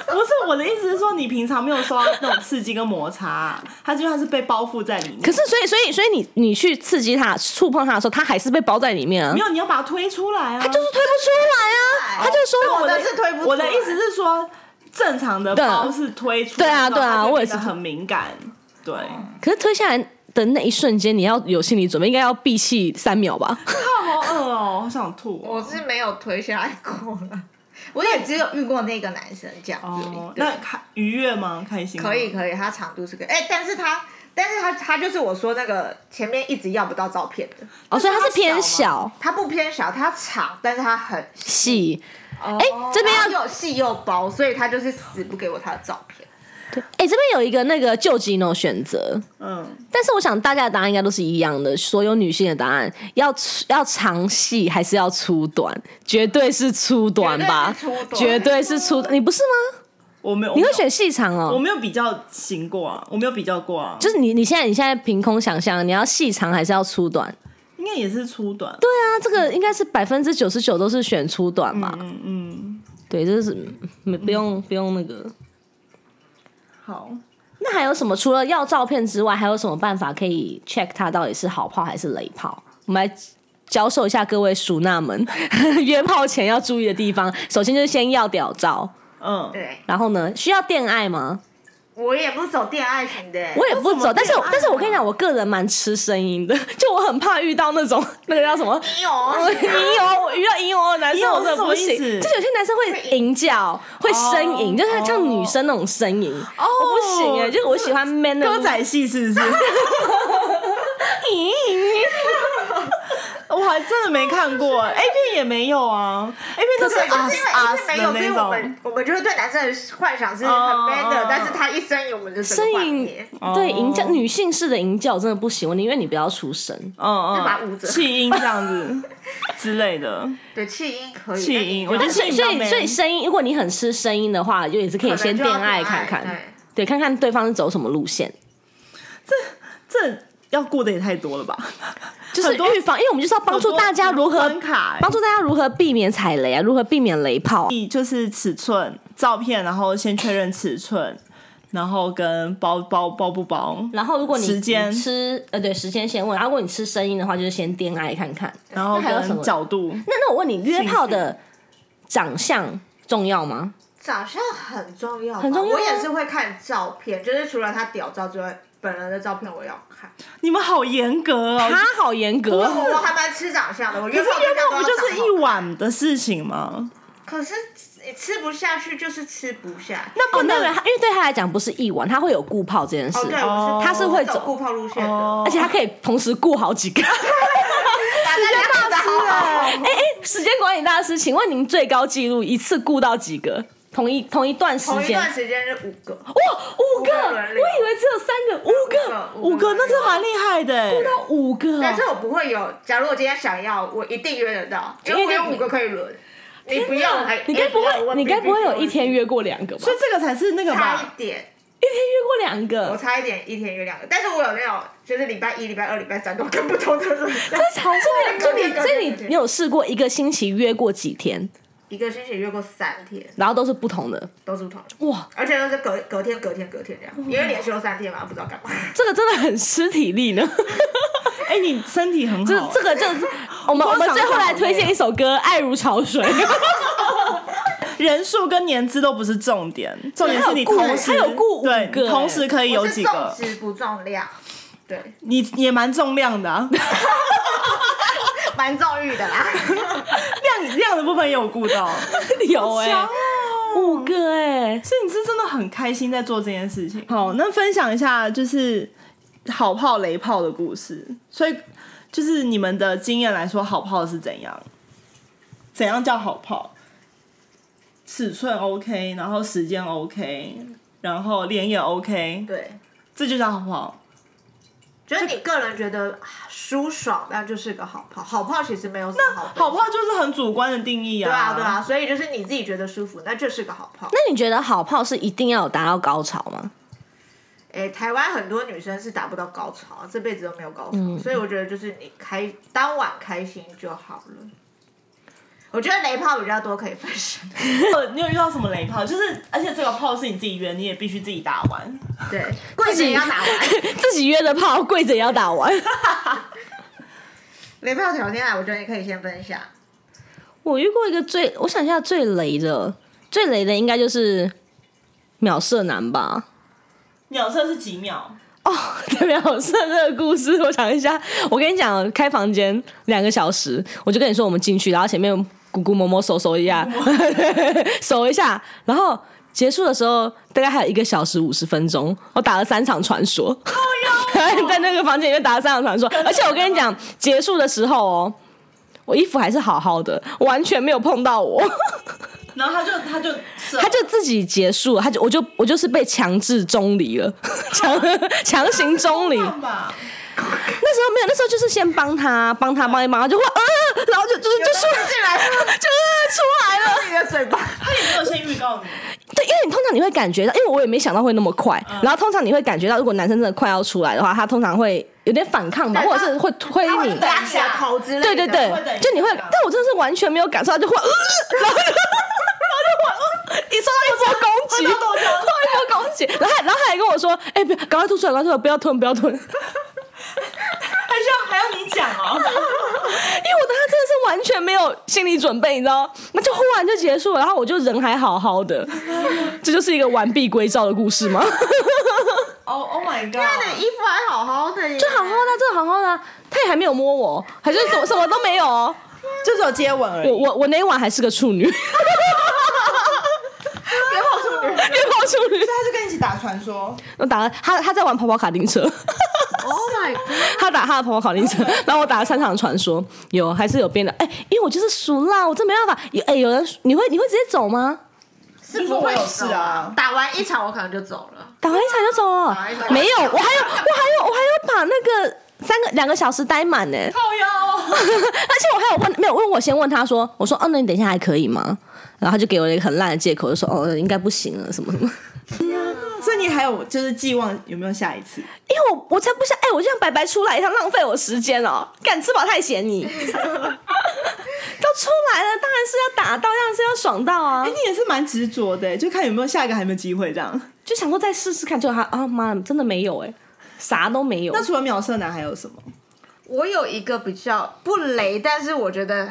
[SPEAKER 3] 不是我的意思是说你平常没有受到那种刺激跟摩擦啊，他就他是被包覆在里面。
[SPEAKER 4] 可是所以所以所以你你去刺激他、触碰他的时候，他还是被包在里面啊
[SPEAKER 3] 没，有，你要把它推出来啊！他
[SPEAKER 4] 他就是推不出来啊，他就说
[SPEAKER 2] 我
[SPEAKER 4] 我
[SPEAKER 2] 的
[SPEAKER 4] 的
[SPEAKER 2] 是推不出来
[SPEAKER 3] 我的意思是说，正常的
[SPEAKER 4] 对啊
[SPEAKER 3] 包是推出
[SPEAKER 4] 对
[SPEAKER 3] 来
[SPEAKER 4] 啊
[SPEAKER 3] 之后，
[SPEAKER 4] 对啊
[SPEAKER 3] 它就
[SPEAKER 4] 我也
[SPEAKER 3] 变得
[SPEAKER 4] 是哦
[SPEAKER 3] 很敏感，对。
[SPEAKER 4] 可是推下来的那一瞬间，你要有心理准备，应该要闭气三秒吧？
[SPEAKER 3] 好饿哦，好想吐
[SPEAKER 2] 我
[SPEAKER 3] 哦。
[SPEAKER 2] 是没有推下来过了，我也只有遇过那个男生这样子。
[SPEAKER 3] 哦，
[SPEAKER 2] 对
[SPEAKER 3] 那开愉悦吗？开心吗？
[SPEAKER 2] 可以可以，他长度是可以，哎、但是他但是他他就是我说那个前面一直要不到照片的，
[SPEAKER 4] 哦，所以他是偏小
[SPEAKER 2] 他不偏小，他长，但是他很
[SPEAKER 4] 细。哎、这边要
[SPEAKER 2] 然后又细又薄，所以他就是死不给我他的照片。
[SPEAKER 4] 哎、这边有一个那个救急那种选择，
[SPEAKER 3] 嗯，
[SPEAKER 4] 但是我想大家的答案应该都是一样的，所有女性的答案要粗要长细还是要粗短，绝对是粗短吧
[SPEAKER 2] 绝对是粗，短
[SPEAKER 4] 绝对是粗短。你不是吗？
[SPEAKER 3] 我没有，
[SPEAKER 4] 你
[SPEAKER 3] 我
[SPEAKER 4] 会
[SPEAKER 3] 没有
[SPEAKER 4] 选？细长
[SPEAKER 3] 我
[SPEAKER 4] 哦？
[SPEAKER 3] 没有比较行过啊，我没有比较过啊，
[SPEAKER 4] 就是你你现在你现在凭空想象，你要细长还是要粗短？
[SPEAKER 3] 应该也是粗短。
[SPEAKER 4] 对啊，这个应该是百分之九十九都是选粗短吧？
[SPEAKER 3] 嗯嗯，
[SPEAKER 4] 对，就是没不用不用那个。
[SPEAKER 3] 好，
[SPEAKER 4] 那还有什么？除了要照片之外，还有什么办法可以 check 它到底是好炮还是雷炮？我们来教授一下各位熟娜们 约炮前要注意的地方。首先就是先要屌照，
[SPEAKER 3] 嗯，
[SPEAKER 2] 对，
[SPEAKER 4] 然后呢，需要恋爱吗？
[SPEAKER 2] 我也不走恋爱型的、
[SPEAKER 4] 我也不
[SPEAKER 3] 怎么
[SPEAKER 4] 走，但是我
[SPEAKER 3] 恋爱啊
[SPEAKER 4] 但是我跟你讲，我个人蛮吃声音的，就我很怕遇到那种那个叫什么。
[SPEAKER 2] 你有啊
[SPEAKER 4] 我吟游，我遇到吟游的男
[SPEAKER 3] 吟
[SPEAKER 4] 生，
[SPEAKER 3] 游
[SPEAKER 4] 我真的不
[SPEAKER 3] 是
[SPEAKER 4] 行。
[SPEAKER 3] 什么意思哦
[SPEAKER 4] 就是有些男生会吟叫，会呻吟，就是像女生那种呻吟，我不行哎，就是我喜欢 man 的
[SPEAKER 3] 歌仔戏是不是？
[SPEAKER 4] 音。
[SPEAKER 3] 我我还真的没看过 A 片也没有啊，A 片都
[SPEAKER 2] 对，就是因
[SPEAKER 3] 啊
[SPEAKER 2] 为一直没有，
[SPEAKER 3] 的
[SPEAKER 2] 所以
[SPEAKER 3] 那
[SPEAKER 2] 我
[SPEAKER 3] 种
[SPEAKER 2] 们。我们就是对男生的幻想是很
[SPEAKER 3] 哦
[SPEAKER 2] man
[SPEAKER 3] 哦
[SPEAKER 2] 的，但是他一生有我们的整
[SPEAKER 4] 身
[SPEAKER 2] 个幻
[SPEAKER 4] 影
[SPEAKER 2] 灭，
[SPEAKER 4] 对营教女性式的营教真的不行，我宁愿你不要出声。
[SPEAKER 3] 嗯
[SPEAKER 2] 就把舞
[SPEAKER 3] 嗯，
[SPEAKER 2] 者
[SPEAKER 3] 气音这样子 之类的，
[SPEAKER 2] 对气音哦可以，
[SPEAKER 3] 气
[SPEAKER 2] 但你
[SPEAKER 3] 音
[SPEAKER 2] 就
[SPEAKER 3] 我觉得
[SPEAKER 4] 所以所
[SPEAKER 3] 比较
[SPEAKER 4] 以
[SPEAKER 3] man
[SPEAKER 4] 所以声音，如果你很吃声音的话，就也是可以
[SPEAKER 2] 可能
[SPEAKER 4] 先
[SPEAKER 2] 就
[SPEAKER 4] 恋
[SPEAKER 2] 要
[SPEAKER 4] 爱
[SPEAKER 2] 恋
[SPEAKER 4] 看看，
[SPEAKER 2] 对
[SPEAKER 4] 对，看看对方是走什么路线，
[SPEAKER 3] 这要过的也太多了吧？
[SPEAKER 4] 就是
[SPEAKER 3] 很多
[SPEAKER 4] 预防，因为我们就是要帮助大家如何
[SPEAKER 3] 很多关卡欸
[SPEAKER 4] 帮助大家如何避免踩雷啊，如何避免雷炮。
[SPEAKER 3] 以就是尺寸照片，然后先确认尺寸，然后跟包包包不包，
[SPEAKER 4] 然后如果你
[SPEAKER 3] 时间
[SPEAKER 4] 你吃呃对时间先问，然后如果你吃声音的话，就是先恋爱看看。
[SPEAKER 3] 然后
[SPEAKER 4] 那还有什么
[SPEAKER 3] 跟角度，
[SPEAKER 4] 那那我问你，约
[SPEAKER 3] 兴趣
[SPEAKER 4] 炮的长相重要吗？
[SPEAKER 2] 长相很重要吧，
[SPEAKER 4] 很重要啊
[SPEAKER 2] 我也是会看照片，就是除了他屌照之外，本人的照片我也要看。
[SPEAKER 3] 你们好严格哦。
[SPEAKER 4] 他好严格
[SPEAKER 2] 我
[SPEAKER 4] 哦，
[SPEAKER 2] 我还蛮吃长相的，我
[SPEAKER 3] 可
[SPEAKER 2] 约
[SPEAKER 3] 是
[SPEAKER 2] 炮对
[SPEAKER 3] 约
[SPEAKER 2] 象都
[SPEAKER 3] 炮不
[SPEAKER 2] 要
[SPEAKER 3] 就是
[SPEAKER 2] 长
[SPEAKER 3] 一
[SPEAKER 2] 好
[SPEAKER 3] 晚的事情吗？
[SPEAKER 2] 可是你吃不下去就是吃不下。
[SPEAKER 3] 哦那不
[SPEAKER 4] 那个
[SPEAKER 3] 能
[SPEAKER 4] 他因为对他来讲不是一晚，他会有顾炮这件事
[SPEAKER 2] 哦，，对，
[SPEAKER 3] 哦
[SPEAKER 2] 我是
[SPEAKER 4] 他是会
[SPEAKER 2] 走
[SPEAKER 4] 走
[SPEAKER 2] 顾炮路线的，
[SPEAKER 4] 而且他可以同时顾好几个。
[SPEAKER 2] 把大家顾得好好。
[SPEAKER 4] 哎、时间管理大师，请问您最高纪录一次顾到几个？同一同一段时
[SPEAKER 2] 同一
[SPEAKER 4] 间？
[SPEAKER 2] 段时间是五个，
[SPEAKER 4] 哇，五个！
[SPEAKER 2] 五个
[SPEAKER 4] 我
[SPEAKER 2] 人
[SPEAKER 4] 以
[SPEAKER 2] 流
[SPEAKER 4] 为只有三个，五个，
[SPEAKER 3] 五个，那是蛮厉害的欸。
[SPEAKER 4] 到五个
[SPEAKER 2] 但
[SPEAKER 4] 哦。
[SPEAKER 2] 是我不会有。假如我今天想要，我一定约得到，因为我有五个可以轮。你不要，还哎
[SPEAKER 4] 你该不
[SPEAKER 2] 也要
[SPEAKER 4] 会，
[SPEAKER 2] 问
[SPEAKER 4] 你该不会有
[SPEAKER 2] 别
[SPEAKER 4] 一
[SPEAKER 2] 人
[SPEAKER 4] 天约过两个吧？
[SPEAKER 3] 所以这个才是那个
[SPEAKER 2] 差一
[SPEAKER 3] 吧？
[SPEAKER 2] 点？
[SPEAKER 4] 一天约过两
[SPEAKER 2] 我
[SPEAKER 4] 个，
[SPEAKER 2] 差一点一天约两个，但是我有那种就是礼拜一、礼拜二、礼拜三都跟不同的 人，
[SPEAKER 4] 好 像就你，
[SPEAKER 2] 对对对
[SPEAKER 4] 所以
[SPEAKER 2] 对
[SPEAKER 4] 你
[SPEAKER 2] 对
[SPEAKER 4] 你有试过一个星期约过几天，
[SPEAKER 2] 一个星期约过三天，
[SPEAKER 4] 然后都是不同的，
[SPEAKER 2] 都是不同的，
[SPEAKER 4] 哇，
[SPEAKER 2] 而且都是隔隔天、隔天、隔天这样，因为连休三天嘛，不知道干嘛。
[SPEAKER 4] 这个真的很吃体力呢。
[SPEAKER 3] 哎，你身体很
[SPEAKER 4] 这
[SPEAKER 3] 好欸。
[SPEAKER 4] 这个就是我们我们最后来推荐一首歌《爱如潮水》，
[SPEAKER 3] 人数跟年资都不是重点，重点是你
[SPEAKER 4] 他有顾
[SPEAKER 3] 同时
[SPEAKER 4] 他有顾五
[SPEAKER 3] 对
[SPEAKER 4] 个欸
[SPEAKER 3] 同时可以有
[SPEAKER 2] 我是
[SPEAKER 3] 几
[SPEAKER 2] 重
[SPEAKER 3] 个，
[SPEAKER 2] 质不重量， 对，
[SPEAKER 3] 你也蛮重量的啊，
[SPEAKER 2] 蛮纵欲的啦。
[SPEAKER 3] 量量的部分也有顾到。
[SPEAKER 4] 有哎、
[SPEAKER 3] 强哦
[SPEAKER 4] 五个哎、
[SPEAKER 3] 所以你是真的很开心在做这件事情。好，那分享一下就是好炮雷炮的故事。所以就是你们的经验来说，好炮是怎样？怎样叫好炮？尺寸 OK，然后时间 OK，然后脸也 OK，
[SPEAKER 2] 对，
[SPEAKER 3] 这就叫好炮。
[SPEAKER 2] 就是你个人觉得舒爽，那就是个好炮。好炮其实没有什么好分
[SPEAKER 3] 好炮就是很主观的定义啊。
[SPEAKER 2] 对啊对啊，。所以就是你自己觉得舒服，那就是个好炮。
[SPEAKER 4] 那你觉得好炮是一定要有达到高潮吗？
[SPEAKER 2] 诶，台湾很多女生是达不到高潮，这辈子都没有高潮，
[SPEAKER 4] 嗯
[SPEAKER 2] 所以我觉得就是你开当晚开心就好了。我觉得雷炮比较多可以分享，
[SPEAKER 3] 呃你有遇到什么雷炮？就是而且这个炮是你自己约，你也必须自己打完。
[SPEAKER 2] 对，跪着也要打完。
[SPEAKER 4] 自己约的炮，跪着也要打完。
[SPEAKER 2] 雷炮挑天啊，我觉得你可以先分享。
[SPEAKER 4] 我遇过一个最，我想一下最雷的，最雷的应该就是秒射男吧。
[SPEAKER 3] 秒射是几秒？
[SPEAKER 4] 哦， 对，秒射这个故事，我想一下，我跟你讲，开房间两个小时，我就跟你说我们进去，然后前面咕咕摸摸搜搜一下， 搜一下，然后结束的时候大概还有一个小时五十分钟，我打了三场传说， 在那个房间里面打了三场传说，而且我跟你讲，结束的时候哦。我衣服还是好好的，完全没有碰到我，
[SPEAKER 3] 然后他就他就 射
[SPEAKER 4] 他就自己结束了，他就我就我就是被强制中离了， 强强行中离。
[SPEAKER 3] 放吧。
[SPEAKER 4] 那时候没有，那时候就是先帮他，帮他，帮一帮，然后就会呃，然后就 就是就出
[SPEAKER 2] 进来了，
[SPEAKER 4] 就呃出来了。
[SPEAKER 2] 你的 嘴巴。
[SPEAKER 3] 没有先预告你，
[SPEAKER 4] 对，因为你通常你会感觉到，因为我也没想到会那么快。然后通常你会感觉到，如果男生真的快要出来的话，他通常会有点反抗吧，
[SPEAKER 2] 对
[SPEAKER 4] 或
[SPEAKER 2] 他
[SPEAKER 4] 者是会推
[SPEAKER 2] 他会
[SPEAKER 4] 你。
[SPEAKER 2] 压你的头之类的。
[SPEAKER 4] 对对对
[SPEAKER 3] 会等一，下
[SPEAKER 4] 就你会，但我真的是完全没有感受到，就会呃，然后就然后就会呃，你受到一波攻击，
[SPEAKER 3] 会到豆浆
[SPEAKER 4] 一波攻击，然后还然后还跟我说，哎，不要，赶快吐出来，赶快吐出来，不要吞，不要吞。
[SPEAKER 3] 还需要还要你讲哦？
[SPEAKER 4] 因为我当时真的是完全没有心理准备，你知道，那就忽然就结束了，然后我就人还好好的，这就是一个完璧归赵的故事吗？
[SPEAKER 3] 哦 Oh my
[SPEAKER 2] 那
[SPEAKER 3] god！
[SPEAKER 2] 你衣服还好好的耶，
[SPEAKER 4] 就好好的， 这好好的啊，他也还没有摸我，还是什么什么都没有哦。
[SPEAKER 3] 就只有接吻而
[SPEAKER 4] 我。我我那一晚还是个处女，约
[SPEAKER 2] 别跑出 女人。
[SPEAKER 4] 炮处女。
[SPEAKER 3] 他就跟你一起打传说，
[SPEAKER 4] 我打了他，他在玩跑跑卡丁车，
[SPEAKER 2] Oh my my god！
[SPEAKER 4] 他打他的泡泡卡丁车，然后我打了三场传说，有还是有变的。哎、因为我就是熟啦，我真没办法。有哎、有人你会你会直接走吗？
[SPEAKER 2] 是
[SPEAKER 3] 说
[SPEAKER 2] 不
[SPEAKER 3] 我
[SPEAKER 2] 会
[SPEAKER 3] 有
[SPEAKER 2] 走
[SPEAKER 3] 事啊
[SPEAKER 2] 打完一场我可能就走了。
[SPEAKER 4] 打完一场就走了
[SPEAKER 2] 打完一场？
[SPEAKER 4] 没有，我还有我还有我还有把那个三个两个小时待满呢、
[SPEAKER 3] 靠腰，
[SPEAKER 4] 而且我还有问，没有问我先问他说，我说哦，那你等一下还可以吗？然后他就给我一个很烂的借口，就说哦，应该不行了什么什 么。
[SPEAKER 3] 所以你还有就是寄望有没有下一次？
[SPEAKER 4] 因为我我才不想，哎、我就想白白出来一趟，浪费我时间哦。敢吃饱太闲你，都 出来了，当然是要打到，当然是要爽到啊
[SPEAKER 3] 哎、。你也是蛮执着的，就看有没有下一个还有没有机会这样。
[SPEAKER 4] 就想说再试试看，就他啊妈，真的没有哎、啥都没有。
[SPEAKER 3] 那除了秒射男还有什么？
[SPEAKER 2] 我有一个比较不雷，但是我觉得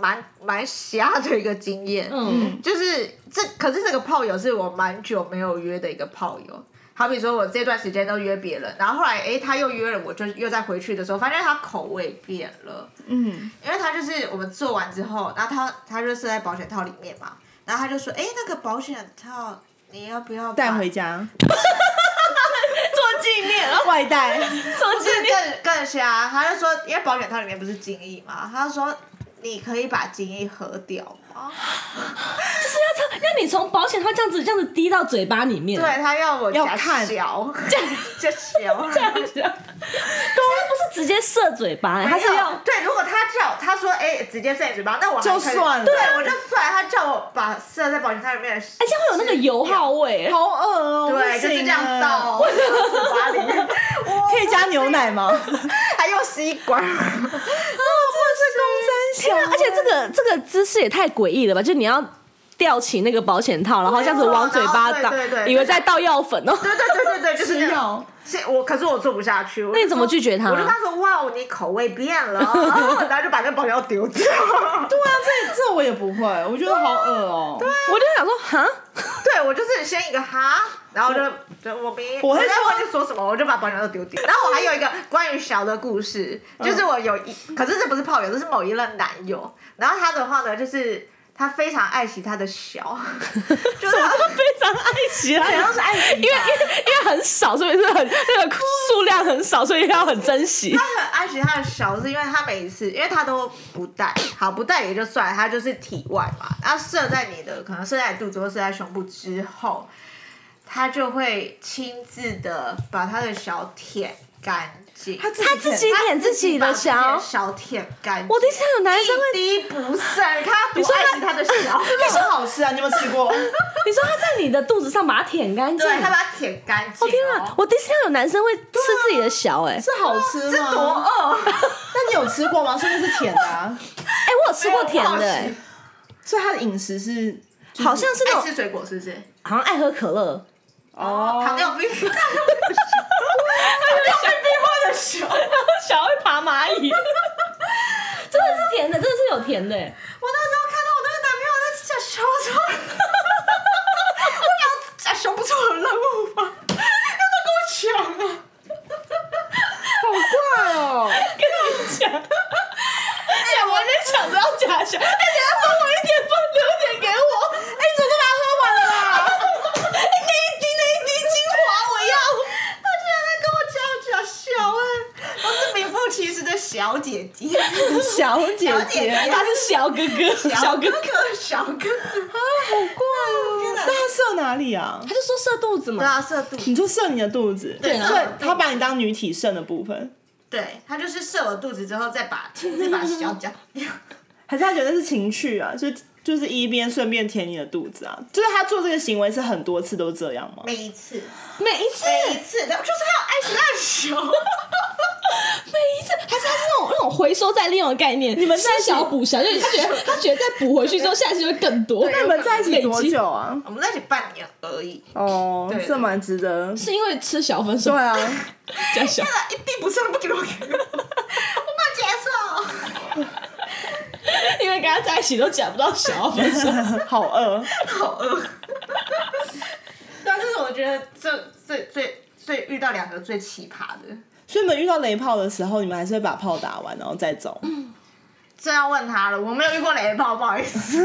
[SPEAKER 2] 蛮蛮瞎的一个经验，
[SPEAKER 4] 嗯，
[SPEAKER 2] 就是这可是这个炮友是我蛮久没有约的一个炮友。好比说，我这段时间都约别人，然后后来诶他又约了我，就又再回去的时候，发现他口味变了，
[SPEAKER 3] 嗯，
[SPEAKER 2] 因为他就是我们做完之后，然后他他就射在保险套里面嘛，然后他就说，诶那个保险套你要不要把
[SPEAKER 3] 带回？ 家
[SPEAKER 4] 做纪念啊，
[SPEAKER 3] 外带，
[SPEAKER 4] 做
[SPEAKER 2] 不是更更瞎，他就说，因为保险套里面不是精液嘛，他就说你可以把精液喝掉吗？
[SPEAKER 4] 要让你从保险套这样子这样子滴到嘴巴里面。
[SPEAKER 2] 对他要我
[SPEAKER 3] 要
[SPEAKER 2] 夹
[SPEAKER 3] 看
[SPEAKER 2] 小，夹小，这样
[SPEAKER 4] 对啊，他不是直接射嘴巴、欸，他是要
[SPEAKER 2] 对。如果他叫他说哎、直接塞嘴巴，那我还
[SPEAKER 3] 就
[SPEAKER 2] 可以
[SPEAKER 3] 算了
[SPEAKER 2] 对我就算他叫我把射在保险套里面，
[SPEAKER 3] 哎
[SPEAKER 4] 而且会有那个油耗味、
[SPEAKER 3] 好恶哦、
[SPEAKER 2] 对，
[SPEAKER 3] 不
[SPEAKER 2] 就是
[SPEAKER 3] 行
[SPEAKER 2] 这样
[SPEAKER 3] 啊
[SPEAKER 2] 倒，我嘴巴里面，
[SPEAKER 3] 可
[SPEAKER 2] 可
[SPEAKER 3] 以加牛，奶吗？
[SPEAKER 2] 还用吸管，
[SPEAKER 3] 是
[SPEAKER 4] 天啊而且这个这个姿势也太诡异了吧！就你要吊起那个保险套，然后这样子往嘴巴
[SPEAKER 2] 对
[SPEAKER 4] 打，
[SPEAKER 2] 对对对
[SPEAKER 4] 以为在倒药粉哦。
[SPEAKER 2] 对对对对对，就是这
[SPEAKER 3] 吃
[SPEAKER 2] 样。
[SPEAKER 3] 药，
[SPEAKER 2] 是我，可是我做不下去。我
[SPEAKER 4] 那你
[SPEAKER 2] 就
[SPEAKER 4] 怎么啊
[SPEAKER 2] 说
[SPEAKER 4] 拒绝他
[SPEAKER 2] 我就跟他说：“哇，你口味变了。”然后就把那保镖丢掉。
[SPEAKER 3] 对啊，这这我也不会，我觉得好恶哦、对，
[SPEAKER 4] 我就想说，哈，
[SPEAKER 2] 对，我就是先一个哈，然后就就我没，
[SPEAKER 3] 我会
[SPEAKER 2] 在
[SPEAKER 3] 说
[SPEAKER 2] 忘记说什么，我就把保镖都丢掉。然后我还有一个关于小的故事，就是我有一，可是这不是炮友，这是某一任男友。然后他的话呢，就是他非常爱惜他的小， 就是他
[SPEAKER 4] 非常爱惜啊，
[SPEAKER 3] 好像是爱情
[SPEAKER 4] 因为因为因为很少，所以是很那个数量很少，所以要很珍惜。
[SPEAKER 2] 他很爱惜他的小，是因为他每一次，因为他都不戴，好不戴也就算了，他就是体外嘛，他射在你的可能射在你肚子或射在胸部之后，他就会亲自的把他的小舔干净，
[SPEAKER 3] 他
[SPEAKER 4] 他自己舔自己的
[SPEAKER 2] 小
[SPEAKER 4] 小，
[SPEAKER 2] 小舔干净，
[SPEAKER 4] 我第一次看有男生会，
[SPEAKER 2] 一滴不剩，你看他多爱惜他的小，
[SPEAKER 3] 很好吃啊，你有没有吃过？
[SPEAKER 4] 你说他在你的肚子上把它舔干净，
[SPEAKER 2] 对他
[SPEAKER 4] 我、
[SPEAKER 2] 把它舔干净、哦，
[SPEAKER 4] 天啊！我第一次看有男生会吃自己的小、哎、
[SPEAKER 3] 是好吃吗？
[SPEAKER 2] 多饿，
[SPEAKER 3] 那你有吃过吗？说明是甜的、啊，
[SPEAKER 4] 哎、我有吃过甜的、
[SPEAKER 2] 没有
[SPEAKER 4] 哎，
[SPEAKER 3] 所以他的饮食是就是
[SPEAKER 4] 好像是那
[SPEAKER 2] 爱
[SPEAKER 4] 种
[SPEAKER 2] 哎吃水果是不是？
[SPEAKER 4] 好像爱喝可乐，
[SPEAKER 3] 哦，
[SPEAKER 2] 糖 尿病。
[SPEAKER 4] 然后小会爬蚂蚁，真的是甜的，真的是有甜的、哎
[SPEAKER 2] 我那时候看到我那个男朋友在讲熊，我说，我想
[SPEAKER 3] 啊
[SPEAKER 2] 讲熊不是我的任务吗？要在跟我抢啊！
[SPEAKER 3] 好怪哦、
[SPEAKER 4] 哎，我在想着要假笑，哎，你要分我一点，分留一点给我。哎，你怎么都把它喝完了啊？哎那一滴那一滴精华我要。
[SPEAKER 2] 他居然在跟我讲讲熊哎，我是名副其实的小姐 姐，
[SPEAKER 3] 小姐
[SPEAKER 2] 小姐
[SPEAKER 3] 姐，
[SPEAKER 2] 姐
[SPEAKER 4] 他是小哥哥，小哥哥，
[SPEAKER 2] 哥哥， 小哥哥。天哪
[SPEAKER 3] 那他射哪里啊
[SPEAKER 4] 他？就说射肚子
[SPEAKER 2] 对
[SPEAKER 4] 嘛。
[SPEAKER 2] 啊，射肚，
[SPEAKER 3] 你说射你的肚子，
[SPEAKER 2] 对
[SPEAKER 4] 啊
[SPEAKER 3] 所以他把你当女体肾的部分，
[SPEAKER 2] 对他就是射我肚子之后，再把亲自把小脚 掉。
[SPEAKER 3] 还是他觉得是情趣啊？就就是一边顺便舔你的肚子啊？就是他做这个行为是很多次都这样吗？
[SPEAKER 2] 每一次，
[SPEAKER 4] 每一次，
[SPEAKER 2] 每一次，就是他有爱死他的熊。
[SPEAKER 4] 每一次，还是他是那种那种回收再利用的概念。你
[SPEAKER 3] 们在一起
[SPEAKER 4] 小补 小，就是他觉得他觉得再补回去之后，下一次就会更多。
[SPEAKER 3] 那你们在一起多
[SPEAKER 4] 累积
[SPEAKER 3] 久啊？
[SPEAKER 2] 我们在一起半年而已，
[SPEAKER 3] 哦，
[SPEAKER 2] 对
[SPEAKER 3] 这蛮值得。
[SPEAKER 4] 是因为吃小分手
[SPEAKER 3] 对啊，
[SPEAKER 4] 加小，
[SPEAKER 2] 那啊一滴不剩不给我给我， 我不接受。
[SPEAKER 4] 因为跟他在一起都假不到小分手。
[SPEAKER 3] 好饿。
[SPEAKER 2] 好饿。对啊，这是我觉得这最最最遇到两个最奇葩的。
[SPEAKER 3] 所以你们遇到雷炮的时候，你们还是会把炮打完然后再走。
[SPEAKER 2] 这要问他了，我没有遇过雷炮，不好意思。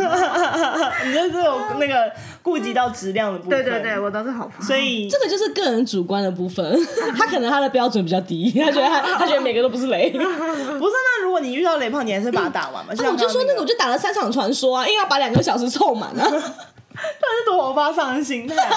[SPEAKER 3] 你就是有那个顾及到质量的部分。
[SPEAKER 2] 对对对，，我都是好朋友。
[SPEAKER 3] 所以
[SPEAKER 4] 这个就是个人主观的部分， 他可能他的标准比较低， 他觉得他他觉得每个都不是 雷。
[SPEAKER 3] 不是那如果你遇到雷炮，你还是把它打完嘛？
[SPEAKER 4] 那
[SPEAKER 3] 像
[SPEAKER 4] 嗯啊我就
[SPEAKER 3] 刚刚
[SPEAKER 4] 说那
[SPEAKER 3] 那
[SPEAKER 4] 个，我就打了三场传说啊，硬要把两个小时凑满 啊。
[SPEAKER 3] 到底是多么发丧的心态啊，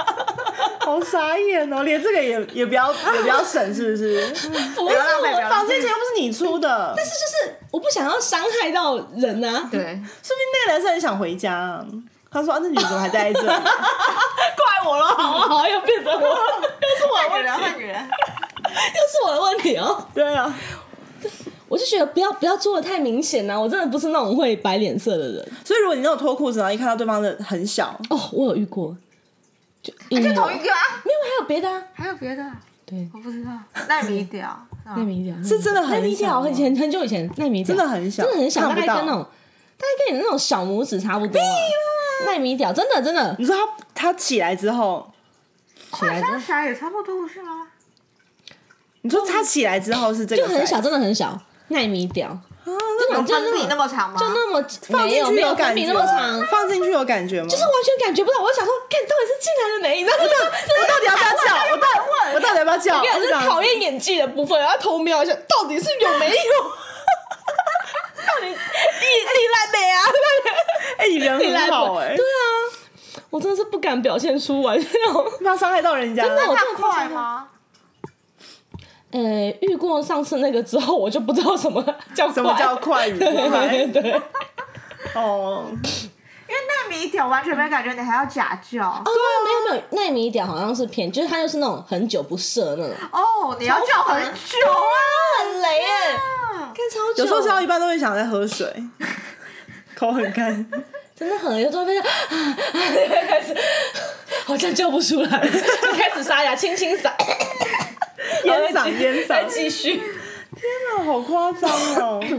[SPEAKER 3] 好傻眼哦！连这个也也不 要也不要省，是不是？
[SPEAKER 4] 不是
[SPEAKER 2] 浪费不要浪
[SPEAKER 4] 我，
[SPEAKER 2] 费
[SPEAKER 3] 房间钱又不是你出的，但
[SPEAKER 4] 但
[SPEAKER 3] 是
[SPEAKER 4] 是就是我不想要伤害到人啊。
[SPEAKER 2] 对，
[SPEAKER 3] 说不定那个男生很想回家、啊。他说：“啊，那女怎么还待在这里？ 怪我了，
[SPEAKER 4] 好啊好啊，又变成我， 又是我的问题，
[SPEAKER 2] 换女人，
[SPEAKER 4] 又是我的问题哦。
[SPEAKER 3] 对啊，
[SPEAKER 4] 我就觉得不要不要做的太明显啊，我真的不是那种会摆脸色的人。
[SPEAKER 3] 所以如果你那种脱裤子，然后一看到对方的很小，
[SPEAKER 4] 哦，我有遇过，就一模
[SPEAKER 2] 就同一个啊。
[SPEAKER 4] 没有还有别的、啊，
[SPEAKER 2] 还有别的啊？
[SPEAKER 4] 对
[SPEAKER 2] 我不知道。纳米屌，啊
[SPEAKER 4] 奈米一点
[SPEAKER 3] 是真的很
[SPEAKER 4] 奈米一点
[SPEAKER 3] 小吗哦
[SPEAKER 4] 很前很久以前奈米一点
[SPEAKER 3] 真的很小
[SPEAKER 4] 真的很小，
[SPEAKER 3] 看
[SPEAKER 4] 大
[SPEAKER 3] 不
[SPEAKER 4] 概
[SPEAKER 3] 到
[SPEAKER 4] 跟那种大概跟你那种小拇指差不多啊。奈米屌，真的真的
[SPEAKER 3] 你说他他起来之后，
[SPEAKER 4] 起来
[SPEAKER 2] 那啥也差不多不是吗？
[SPEAKER 3] 你说他起来之后是这个
[SPEAKER 4] 就很
[SPEAKER 3] size
[SPEAKER 4] 小，真的很小，奈米
[SPEAKER 3] 啊
[SPEAKER 4] 屌，真的
[SPEAKER 2] 有
[SPEAKER 4] 就
[SPEAKER 2] 分
[SPEAKER 4] 那
[SPEAKER 2] 比那
[SPEAKER 4] 么
[SPEAKER 2] 么长吗？
[SPEAKER 4] 就那么
[SPEAKER 3] 放
[SPEAKER 4] 没
[SPEAKER 3] 进
[SPEAKER 4] 有
[SPEAKER 3] 去
[SPEAKER 4] 没有
[SPEAKER 3] 感
[SPEAKER 4] 分
[SPEAKER 3] 觉
[SPEAKER 4] 比那么长，
[SPEAKER 3] 放进去有感觉吗？
[SPEAKER 4] 就是完全感觉不到。我就想说，看到底是进来了没？你知道吗？我
[SPEAKER 3] 我到底要不要叫？我到我到底要不要叫？
[SPEAKER 4] 这是考验演技的部分，然后偷瞄一下，到底是有没有？ 到底你你来没啊？
[SPEAKER 3] 哎，你人
[SPEAKER 4] 你来
[SPEAKER 3] 很好
[SPEAKER 4] 没？
[SPEAKER 3] 哎
[SPEAKER 4] 对，啊，我真的是不敢表现出 完那种。
[SPEAKER 3] 怕伤害到人家。
[SPEAKER 4] 真的，我
[SPEAKER 2] 大
[SPEAKER 4] 这么
[SPEAKER 2] 块吗？
[SPEAKER 4] 呃，遇过上次那个之后，我就不知道什么叫快
[SPEAKER 3] 什么叫快与不快？
[SPEAKER 4] 对对对，
[SPEAKER 3] 哦，
[SPEAKER 2] 因为纳米屌完全没感觉，你还要假叫
[SPEAKER 4] 哦，没有没有，奈米一点好像是偏，就是它就是那种很久不射那种，
[SPEAKER 2] 哦，你要叫很久
[SPEAKER 4] 很雷哎，
[SPEAKER 2] 啊。
[SPEAKER 4] 看超久，
[SPEAKER 3] 有时候吃到一半都会想再喝水， 口很干。
[SPEAKER 4] 真的很雷，有时候变成啊，啊开始 好像叫不出 来，开始沙哑，清清嗓，
[SPEAKER 3] 烟嗓烟嗓
[SPEAKER 4] 再继续。
[SPEAKER 3] 真的好夸张哦！
[SPEAKER 4] 哎，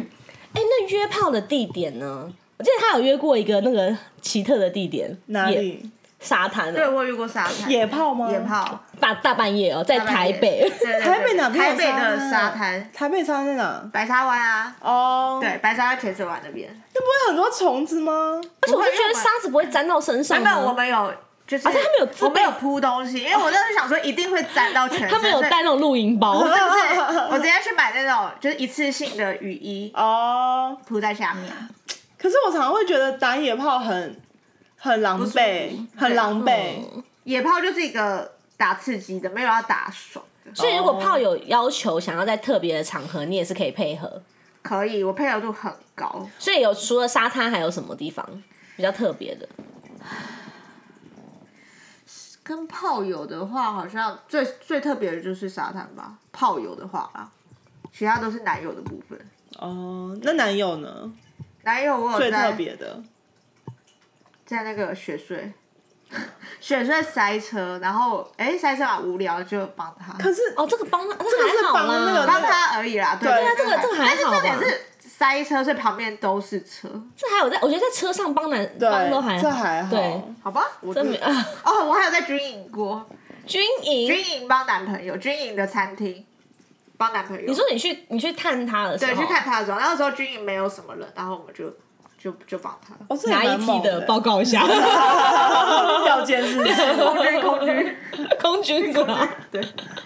[SPEAKER 4] 那约炮的地点呢？我记得他有约过一个那个奇特的地点，
[SPEAKER 3] 哪
[SPEAKER 4] 野
[SPEAKER 3] 里？
[SPEAKER 4] 沙滩
[SPEAKER 2] 对，
[SPEAKER 4] 啊，
[SPEAKER 2] 我有遇过沙滩
[SPEAKER 3] 野炮吗？
[SPEAKER 2] 野。炮，
[SPEAKER 4] 大大半夜哦，在
[SPEAKER 2] 大半
[SPEAKER 4] 台
[SPEAKER 2] 夜
[SPEAKER 4] 北。
[SPEAKER 2] 对对对
[SPEAKER 3] 台北哪边
[SPEAKER 2] 台
[SPEAKER 3] 有
[SPEAKER 2] 北
[SPEAKER 3] 沙
[SPEAKER 2] 的
[SPEAKER 4] 啊
[SPEAKER 3] 滩
[SPEAKER 2] 沙滩，
[SPEAKER 3] 台北餐在哪？
[SPEAKER 2] 白沙湾啊，
[SPEAKER 3] 哦，
[SPEAKER 2] 对，，白沙湾潜水湾那边。
[SPEAKER 3] 那不会很多虫子吗？
[SPEAKER 4] 而且我
[SPEAKER 2] 不
[SPEAKER 4] 是
[SPEAKER 2] 会
[SPEAKER 4] 觉得
[SPEAKER 2] 用啊
[SPEAKER 4] 沙子不会沾到身上
[SPEAKER 2] 原本我
[SPEAKER 4] 啊，
[SPEAKER 2] 们有。就是
[SPEAKER 4] 而且他们有自备
[SPEAKER 2] 我们有铺东西，因为我当时想说一定会沾到全身，
[SPEAKER 4] 他们有
[SPEAKER 2] 所以
[SPEAKER 4] 带那种露营包
[SPEAKER 2] 不，是不是，我直 接去买那种就是一次性的雨衣
[SPEAKER 3] 哦，
[SPEAKER 2] 铺在下面。
[SPEAKER 3] 可是我常常会觉得打野炮很很狼狈，很狼狈。
[SPEAKER 4] 嗯
[SPEAKER 2] 野炮就是一个打刺激的，没有要打爽的。
[SPEAKER 4] 所以如果炮友要求想要在特别的场合，你也是可以配合。
[SPEAKER 2] 可以，我配合度很高。
[SPEAKER 4] 所以有除了沙滩，还有什么地方比较特别的？
[SPEAKER 2] 跟炮友的话，好像最最特别的就是沙滩吧。炮友的话啊，其他都是男友的部分。
[SPEAKER 3] 哦，那男友呢？
[SPEAKER 2] 男友我有
[SPEAKER 3] 最特
[SPEAKER 2] 在
[SPEAKER 3] 别的
[SPEAKER 2] 在那个雪隧，雪隧塞车，然后哎、塞车嘛无聊就帮他，
[SPEAKER 3] 可是
[SPEAKER 4] 哦，这个帮他，这
[SPEAKER 3] 个是
[SPEAKER 4] 还好
[SPEAKER 3] 帮
[SPEAKER 4] 啦
[SPEAKER 3] 那个
[SPEAKER 2] 帮他而已啦。对
[SPEAKER 3] 对
[SPEAKER 2] 对
[SPEAKER 3] 啊
[SPEAKER 4] 这个这个还
[SPEAKER 2] 但是
[SPEAKER 4] 好吧
[SPEAKER 2] 重点是塞车，所以旁边都是车，
[SPEAKER 4] 这还有在，我觉得在车上帮男
[SPEAKER 3] 对
[SPEAKER 4] 帮都还，
[SPEAKER 3] 这还好。
[SPEAKER 4] 对，
[SPEAKER 2] 好吧？我
[SPEAKER 4] 真没
[SPEAKER 2] 就
[SPEAKER 4] 啊，
[SPEAKER 2] 哦，我还有在军营过，
[SPEAKER 4] 军营。
[SPEAKER 2] 军营帮男朋友，军营的餐厅帮男朋友。
[SPEAKER 4] 你说你去你去探他的时候，
[SPEAKER 2] 对，去看他的时候，那个时候军营没有什么人，然后我们就就就帮他。
[SPEAKER 3] 哦，这也
[SPEAKER 4] 哪一
[SPEAKER 3] 蛮
[SPEAKER 4] 批
[SPEAKER 3] 猛
[SPEAKER 4] 的报告一 下，
[SPEAKER 3] 调监视器，
[SPEAKER 2] 空军空军
[SPEAKER 4] 空军 是吧？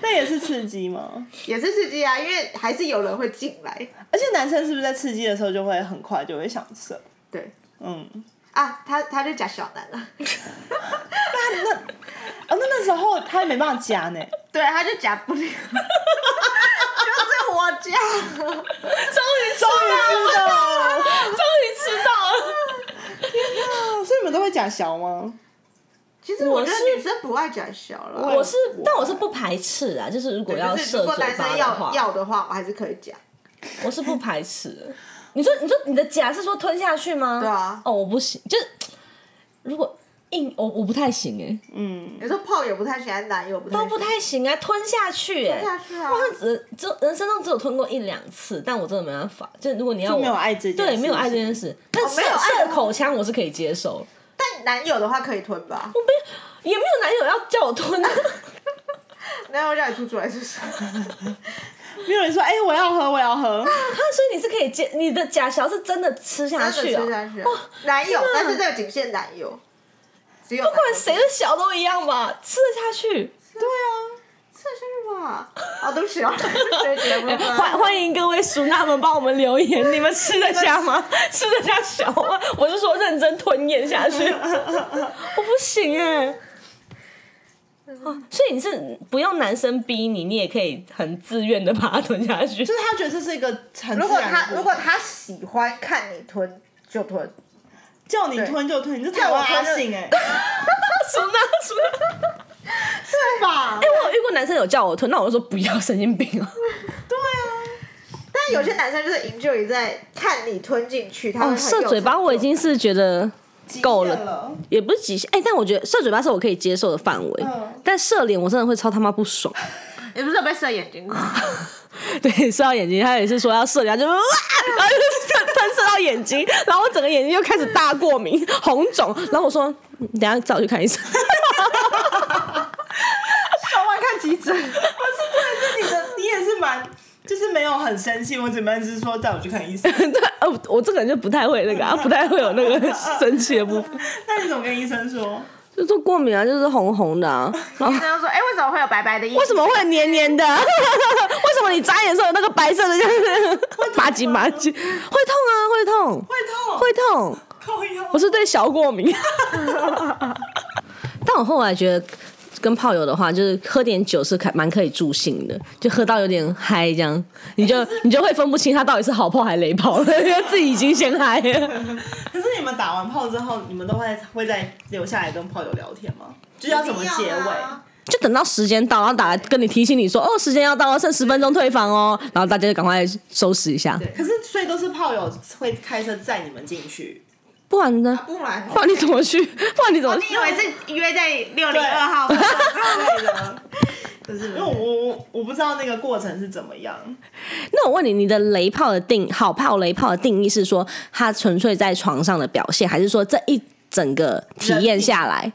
[SPEAKER 3] 那也是刺激吗？
[SPEAKER 2] 也是刺激啊，因为还是有人会进来。
[SPEAKER 3] 而且男生是不是在刺激的时候就会很快就会想射？
[SPEAKER 2] 对
[SPEAKER 3] 嗯，
[SPEAKER 2] 啊，他他就假小男了，
[SPEAKER 3] 哦，那那时候他也没办法夹 呢。
[SPEAKER 2] 对，他就假不了，就是我假。
[SPEAKER 3] 终于知道了，
[SPEAKER 4] 终于知道了。
[SPEAKER 3] 所以你们都会假小吗？
[SPEAKER 2] 其实
[SPEAKER 4] 我
[SPEAKER 2] 我觉得
[SPEAKER 4] 是
[SPEAKER 2] 女生不爱假小了，
[SPEAKER 3] 我
[SPEAKER 4] 我是，但我是不排斥啊，就是如果要
[SPEAKER 2] 就是
[SPEAKER 4] 射
[SPEAKER 2] 如
[SPEAKER 4] 嘴
[SPEAKER 2] 果男
[SPEAKER 4] 巴
[SPEAKER 2] 生
[SPEAKER 4] 的
[SPEAKER 2] 要
[SPEAKER 4] 话，
[SPEAKER 2] 要的话，我还是可以假。
[SPEAKER 4] 我是不排斥的。你说，你说你的夹是说吞下去吗？
[SPEAKER 2] 对啊
[SPEAKER 4] 哦，我不行，就是如果硬，我我不太行哎、
[SPEAKER 3] 嗯，
[SPEAKER 2] 有时候炮友不太喜欢，男友不太
[SPEAKER 4] 都不太行啊，吞下去哎、
[SPEAKER 2] 吞下去啊
[SPEAKER 4] 我好像只只有人生中只有吞过一两次，但我真的没办法。就如果你要
[SPEAKER 3] 就
[SPEAKER 4] 我
[SPEAKER 3] 没有爱这件事
[SPEAKER 4] 对，
[SPEAKER 3] 情
[SPEAKER 4] 没有爱这件事。但射
[SPEAKER 2] 哦没有爱的
[SPEAKER 4] 射
[SPEAKER 2] 话
[SPEAKER 4] 口腔我是可以接受，
[SPEAKER 2] 但男友的话可以吞吧？
[SPEAKER 4] 我没有也没有男友要叫我吞啊。
[SPEAKER 2] 男友叫你吐出来是不是？
[SPEAKER 3] 没有人说哎、我要喝，我要喝。
[SPEAKER 4] 啊，所以你是可以接你的假小是真的吃下去
[SPEAKER 2] 真的吃
[SPEAKER 4] 啊。
[SPEAKER 2] 下去啊。男友，但是这个仅限男友。只有
[SPEAKER 3] 不管谁的小都一样吧，吃得下去。啊
[SPEAKER 2] 这是吧？哦，对不起 哦，这节目
[SPEAKER 1] 欢欢迎各位熟娜们帮我们留言，你们吃得下 吗？吃得下小吗？我是说认真吞咽下 去，我不行哎、
[SPEAKER 4] 欸
[SPEAKER 2] 嗯
[SPEAKER 4] 哦所以你是不用男生逼你，你也可以很自愿的把它吞下去
[SPEAKER 3] 就。是他觉得这是一个很
[SPEAKER 2] 如
[SPEAKER 3] 自
[SPEAKER 2] 果
[SPEAKER 3] 然的
[SPEAKER 2] 他
[SPEAKER 3] 过
[SPEAKER 2] 如果他喜欢看你吞就吞，
[SPEAKER 3] 叫你吞就吞，你是台湾阿信哎、
[SPEAKER 4] 熟娜熟娜，
[SPEAKER 2] 对吧？
[SPEAKER 4] 哎、我有遇过男生有叫我吞，那我就说不要，神经病啊！
[SPEAKER 2] 但有些男生就是 enjoy 在看你吞进去，他会
[SPEAKER 4] 哦，
[SPEAKER 2] 很有
[SPEAKER 4] 射嘴巴
[SPEAKER 2] 成就
[SPEAKER 4] 我已经是觉得够
[SPEAKER 3] 极限
[SPEAKER 4] 了，
[SPEAKER 3] 了，
[SPEAKER 4] 也不是极限。哎、但我觉得射嘴巴是我可以接受的范围，
[SPEAKER 3] 嗯
[SPEAKER 4] 但射脸我真的会超他妈不爽。
[SPEAKER 5] 你不是有被射 眼睛过？
[SPEAKER 4] 对，射到眼睛，他也是说要射，然后就哇，然后就喷喷射到眼睛，然后我整个眼睛就开始大过敏、红肿，然后我说嗯等一下找我去看医生。
[SPEAKER 3] 小婉看急诊，不是对，是你的，你也是蛮，就是没有很生气，我只蛮是说带我去看医生。
[SPEAKER 4] 对，呃，我这个人就不太会那个、啊，不太会有那个生气的部 分，
[SPEAKER 3] 那你怎么跟医生说？
[SPEAKER 4] 就说过敏啊，就是红红的啊，然后
[SPEAKER 2] 医生就说：“哎、为什么会有白白的衣服？
[SPEAKER 4] 为什么会黏黏的？ 为什么你眨眼的时候有那个白色的，就是 麻吉麻吉，会痛啊，会痛，
[SPEAKER 3] 会痛，
[SPEAKER 4] 会痛。
[SPEAKER 3] 靠腰。
[SPEAKER 4] 我是对小过敏。 但我后来觉得，跟炮友的话，就是喝点酒是可蛮可以助兴的，就喝到有点嗨这样，你就你就会分不清他到底是好炮还是雷炮了，因 为自己已经先嗨了。
[SPEAKER 3] 可是你们打完炮之后，你们都会会再留下来跟炮友聊天吗？就是要怎么结尾？
[SPEAKER 2] 啊
[SPEAKER 4] 就等到时间到，然后打来跟你提醒你说，哦，时间要到了，剩十分钟退房哦，然后大家就赶快收拾一下，
[SPEAKER 3] 可是所以都是炮友会开车载你们进去，
[SPEAKER 4] 不然呢？
[SPEAKER 2] 不啊然
[SPEAKER 4] 不然你怎么去？ 不然你
[SPEAKER 3] 哦
[SPEAKER 4] 怎么去
[SPEAKER 5] 你以？为是约在六零二号？
[SPEAKER 3] 对的。就是因为我我我不知道那个过程是怎么样，
[SPEAKER 4] 那我问你，你的雷炮的定好炮雷炮的定义是说，他纯粹在床上的表现，还是说这一整个体验下来，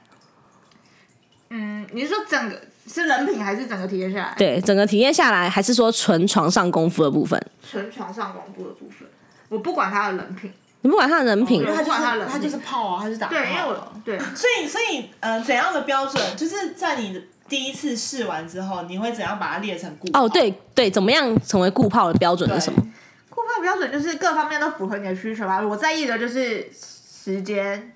[SPEAKER 2] 嗯，你是说整个是人品还是整个体验下来？
[SPEAKER 4] 对整个体验下来，还是说纯床上功夫的部分？
[SPEAKER 2] 纯床上广播的部分，我不管他的人品，
[SPEAKER 4] 你不管他的人品，
[SPEAKER 3] 因为他就
[SPEAKER 2] 哎不管他
[SPEAKER 3] 是
[SPEAKER 2] 了
[SPEAKER 3] 他就是炮啊，他就是打炮啊。
[SPEAKER 2] 对，因为我对
[SPEAKER 3] 所以，所以，呃，怎样的标准，就是在你第一次试完之后，你会怎样把它列成固？
[SPEAKER 4] 哦，，对对，怎么样成为固炮的标准
[SPEAKER 3] 对
[SPEAKER 4] 是什么？？
[SPEAKER 2] 顾客标准就是各方面都符合你的需求吧。我在意的就是时间、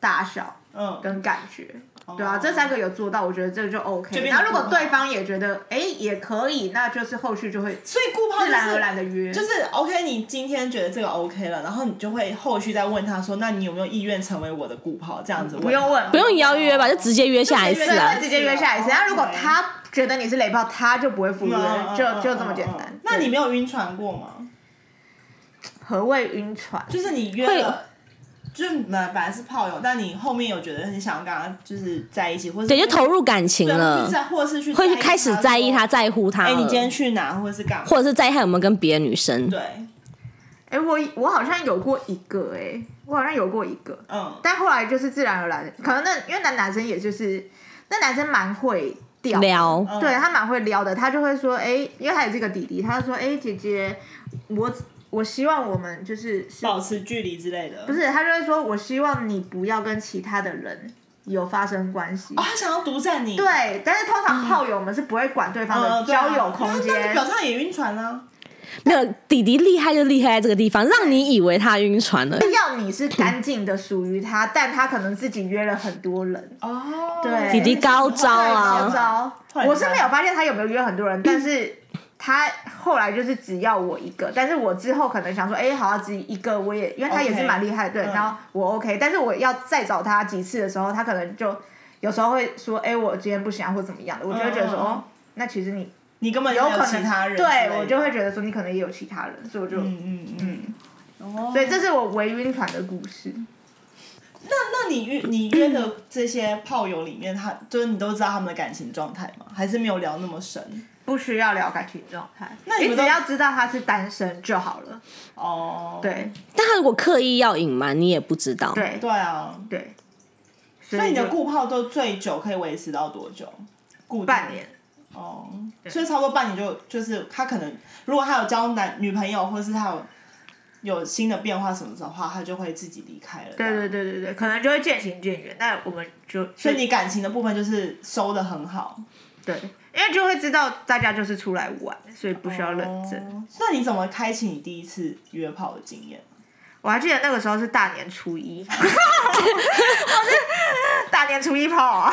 [SPEAKER 2] 大小
[SPEAKER 3] 嗯，
[SPEAKER 2] 跟感觉。
[SPEAKER 3] 哦
[SPEAKER 2] 对啊，这三个有做到，我觉得这个就 OK。
[SPEAKER 3] 变
[SPEAKER 2] 然后如果
[SPEAKER 3] 成顾客
[SPEAKER 2] 对方也觉得哎也可以，那就是后续就会
[SPEAKER 3] 所以固炮
[SPEAKER 2] 自
[SPEAKER 3] 就
[SPEAKER 2] 然而然
[SPEAKER 3] 是
[SPEAKER 2] 的约，
[SPEAKER 3] 就是 OK，你今天觉得这个 OK 了，然后你就会后续再问他说，那你有没有意愿成为我的固炮？这样子
[SPEAKER 2] 不用问，
[SPEAKER 4] 不
[SPEAKER 3] 哦
[SPEAKER 4] 用邀约吧，就直接约下一次
[SPEAKER 2] 对，
[SPEAKER 4] 啊
[SPEAKER 2] 会。直接约下一次。然后如果他觉得你是雷炮，他就不会赴约
[SPEAKER 3] 嗯，嗯嗯
[SPEAKER 2] 就
[SPEAKER 3] 嗯
[SPEAKER 2] 就这么简
[SPEAKER 3] 嗯
[SPEAKER 2] 单
[SPEAKER 3] 嗯。那你
[SPEAKER 2] 对
[SPEAKER 3] 没有晕船过吗？
[SPEAKER 2] 何谓晕船？
[SPEAKER 3] 就是你约
[SPEAKER 4] 会
[SPEAKER 3] 了。就是本本来是炮友，但你后面有觉得很想跟他就是在一起，或者
[SPEAKER 4] 对，就投入感情了，
[SPEAKER 3] 或者是去
[SPEAKER 4] 会
[SPEAKER 3] 去
[SPEAKER 4] 去开始在意他，在乎他
[SPEAKER 3] 哎、
[SPEAKER 4] 了，
[SPEAKER 3] 你今天去哪，或者是干嘛？
[SPEAKER 4] 或者是在意他有没有跟别的女生。
[SPEAKER 3] 对，
[SPEAKER 2] 哎、我我好像有过一个、哎，我好像有过一个，
[SPEAKER 3] 嗯，
[SPEAKER 2] 但后来就是自然而然，可能那因为那男生也就是，那男生蛮会钓的，
[SPEAKER 4] 聊，
[SPEAKER 3] 嗯
[SPEAKER 2] 对他蛮会撩的，他就会说，哎、因为他也是个弟弟，他就说，哎、姐姐，我我希望我们就是是
[SPEAKER 3] 保持距离之类的。
[SPEAKER 2] 不是，他就会说我希望你不要跟其他的人有发生关系。
[SPEAKER 3] 哦，他想要独占你，
[SPEAKER 2] 对，但是通常炮友们是不会管对方的
[SPEAKER 3] 嗯，对啊
[SPEAKER 2] 交友空
[SPEAKER 3] 那
[SPEAKER 2] 间
[SPEAKER 3] 表，上也晕船啦。
[SPEAKER 4] 没有弟弟厉害就厉害在这个地方，让你以为他晕船了。
[SPEAKER 2] 要你是干净的属于他，但他可能自己约了很多人。
[SPEAKER 3] 哦，
[SPEAKER 2] 对
[SPEAKER 4] 弟弟高招啊
[SPEAKER 2] 对高招，
[SPEAKER 3] 然
[SPEAKER 2] 我是没有发现他有没有约很多人，但是他后来就是只要我一个，但是我之后可能想说，哎，好，只一个我也，因为他也是
[SPEAKER 3] OK，
[SPEAKER 2] 蛮厉害的，对，
[SPEAKER 3] 嗯
[SPEAKER 2] 然后我 OK，但是我要再找他几次的时候，他可能就有时候会说，哎，我今天不想或怎么样的，我就会觉得说，
[SPEAKER 3] 嗯嗯嗯
[SPEAKER 2] 哦，那其实你
[SPEAKER 3] 你根本
[SPEAKER 2] 有
[SPEAKER 3] 就没
[SPEAKER 2] 可能
[SPEAKER 3] 其他人之类的，
[SPEAKER 2] 对我就会觉得说你可能也有其他人，所以我就，
[SPEAKER 3] 嗯嗯嗯。哦，
[SPEAKER 2] 所以这是我唯晕船的故事。
[SPEAKER 3] 那那你约你约的这些炮友里面，他就是你都知道他们的感情状态吗？还是没有聊那么深？
[SPEAKER 2] 不需要聊感情状态，
[SPEAKER 3] 那你
[SPEAKER 2] 你
[SPEAKER 3] 们
[SPEAKER 2] 只
[SPEAKER 3] 都
[SPEAKER 2] 要知道他是单身就好了。
[SPEAKER 3] 哦，
[SPEAKER 2] 对
[SPEAKER 4] 但他如果刻意要隐瞒，你也不知道。
[SPEAKER 2] 对
[SPEAKER 3] 对啊，
[SPEAKER 2] 对，
[SPEAKER 3] 所
[SPEAKER 2] 所
[SPEAKER 3] 以你的
[SPEAKER 2] 就
[SPEAKER 3] 固炮都最久可以维持到多久？固定
[SPEAKER 2] 半年，
[SPEAKER 3] 哦，所以差不多半年就就是他可能，如果他有交男女朋友，或是他有有新的变化什么的话，他就会自己离开了。
[SPEAKER 2] 对对，对对对，可能就会渐行渐远。那我们就
[SPEAKER 3] 所以你感情的部分就是收的很好。
[SPEAKER 2] 对，因为就会知道大家就是出来玩，所以不需要认真。
[SPEAKER 3] 哦那你怎么开启你第一次约炮的经验？
[SPEAKER 2] 我还记得那个时候是大年初 一， 我是大年初一炮啊，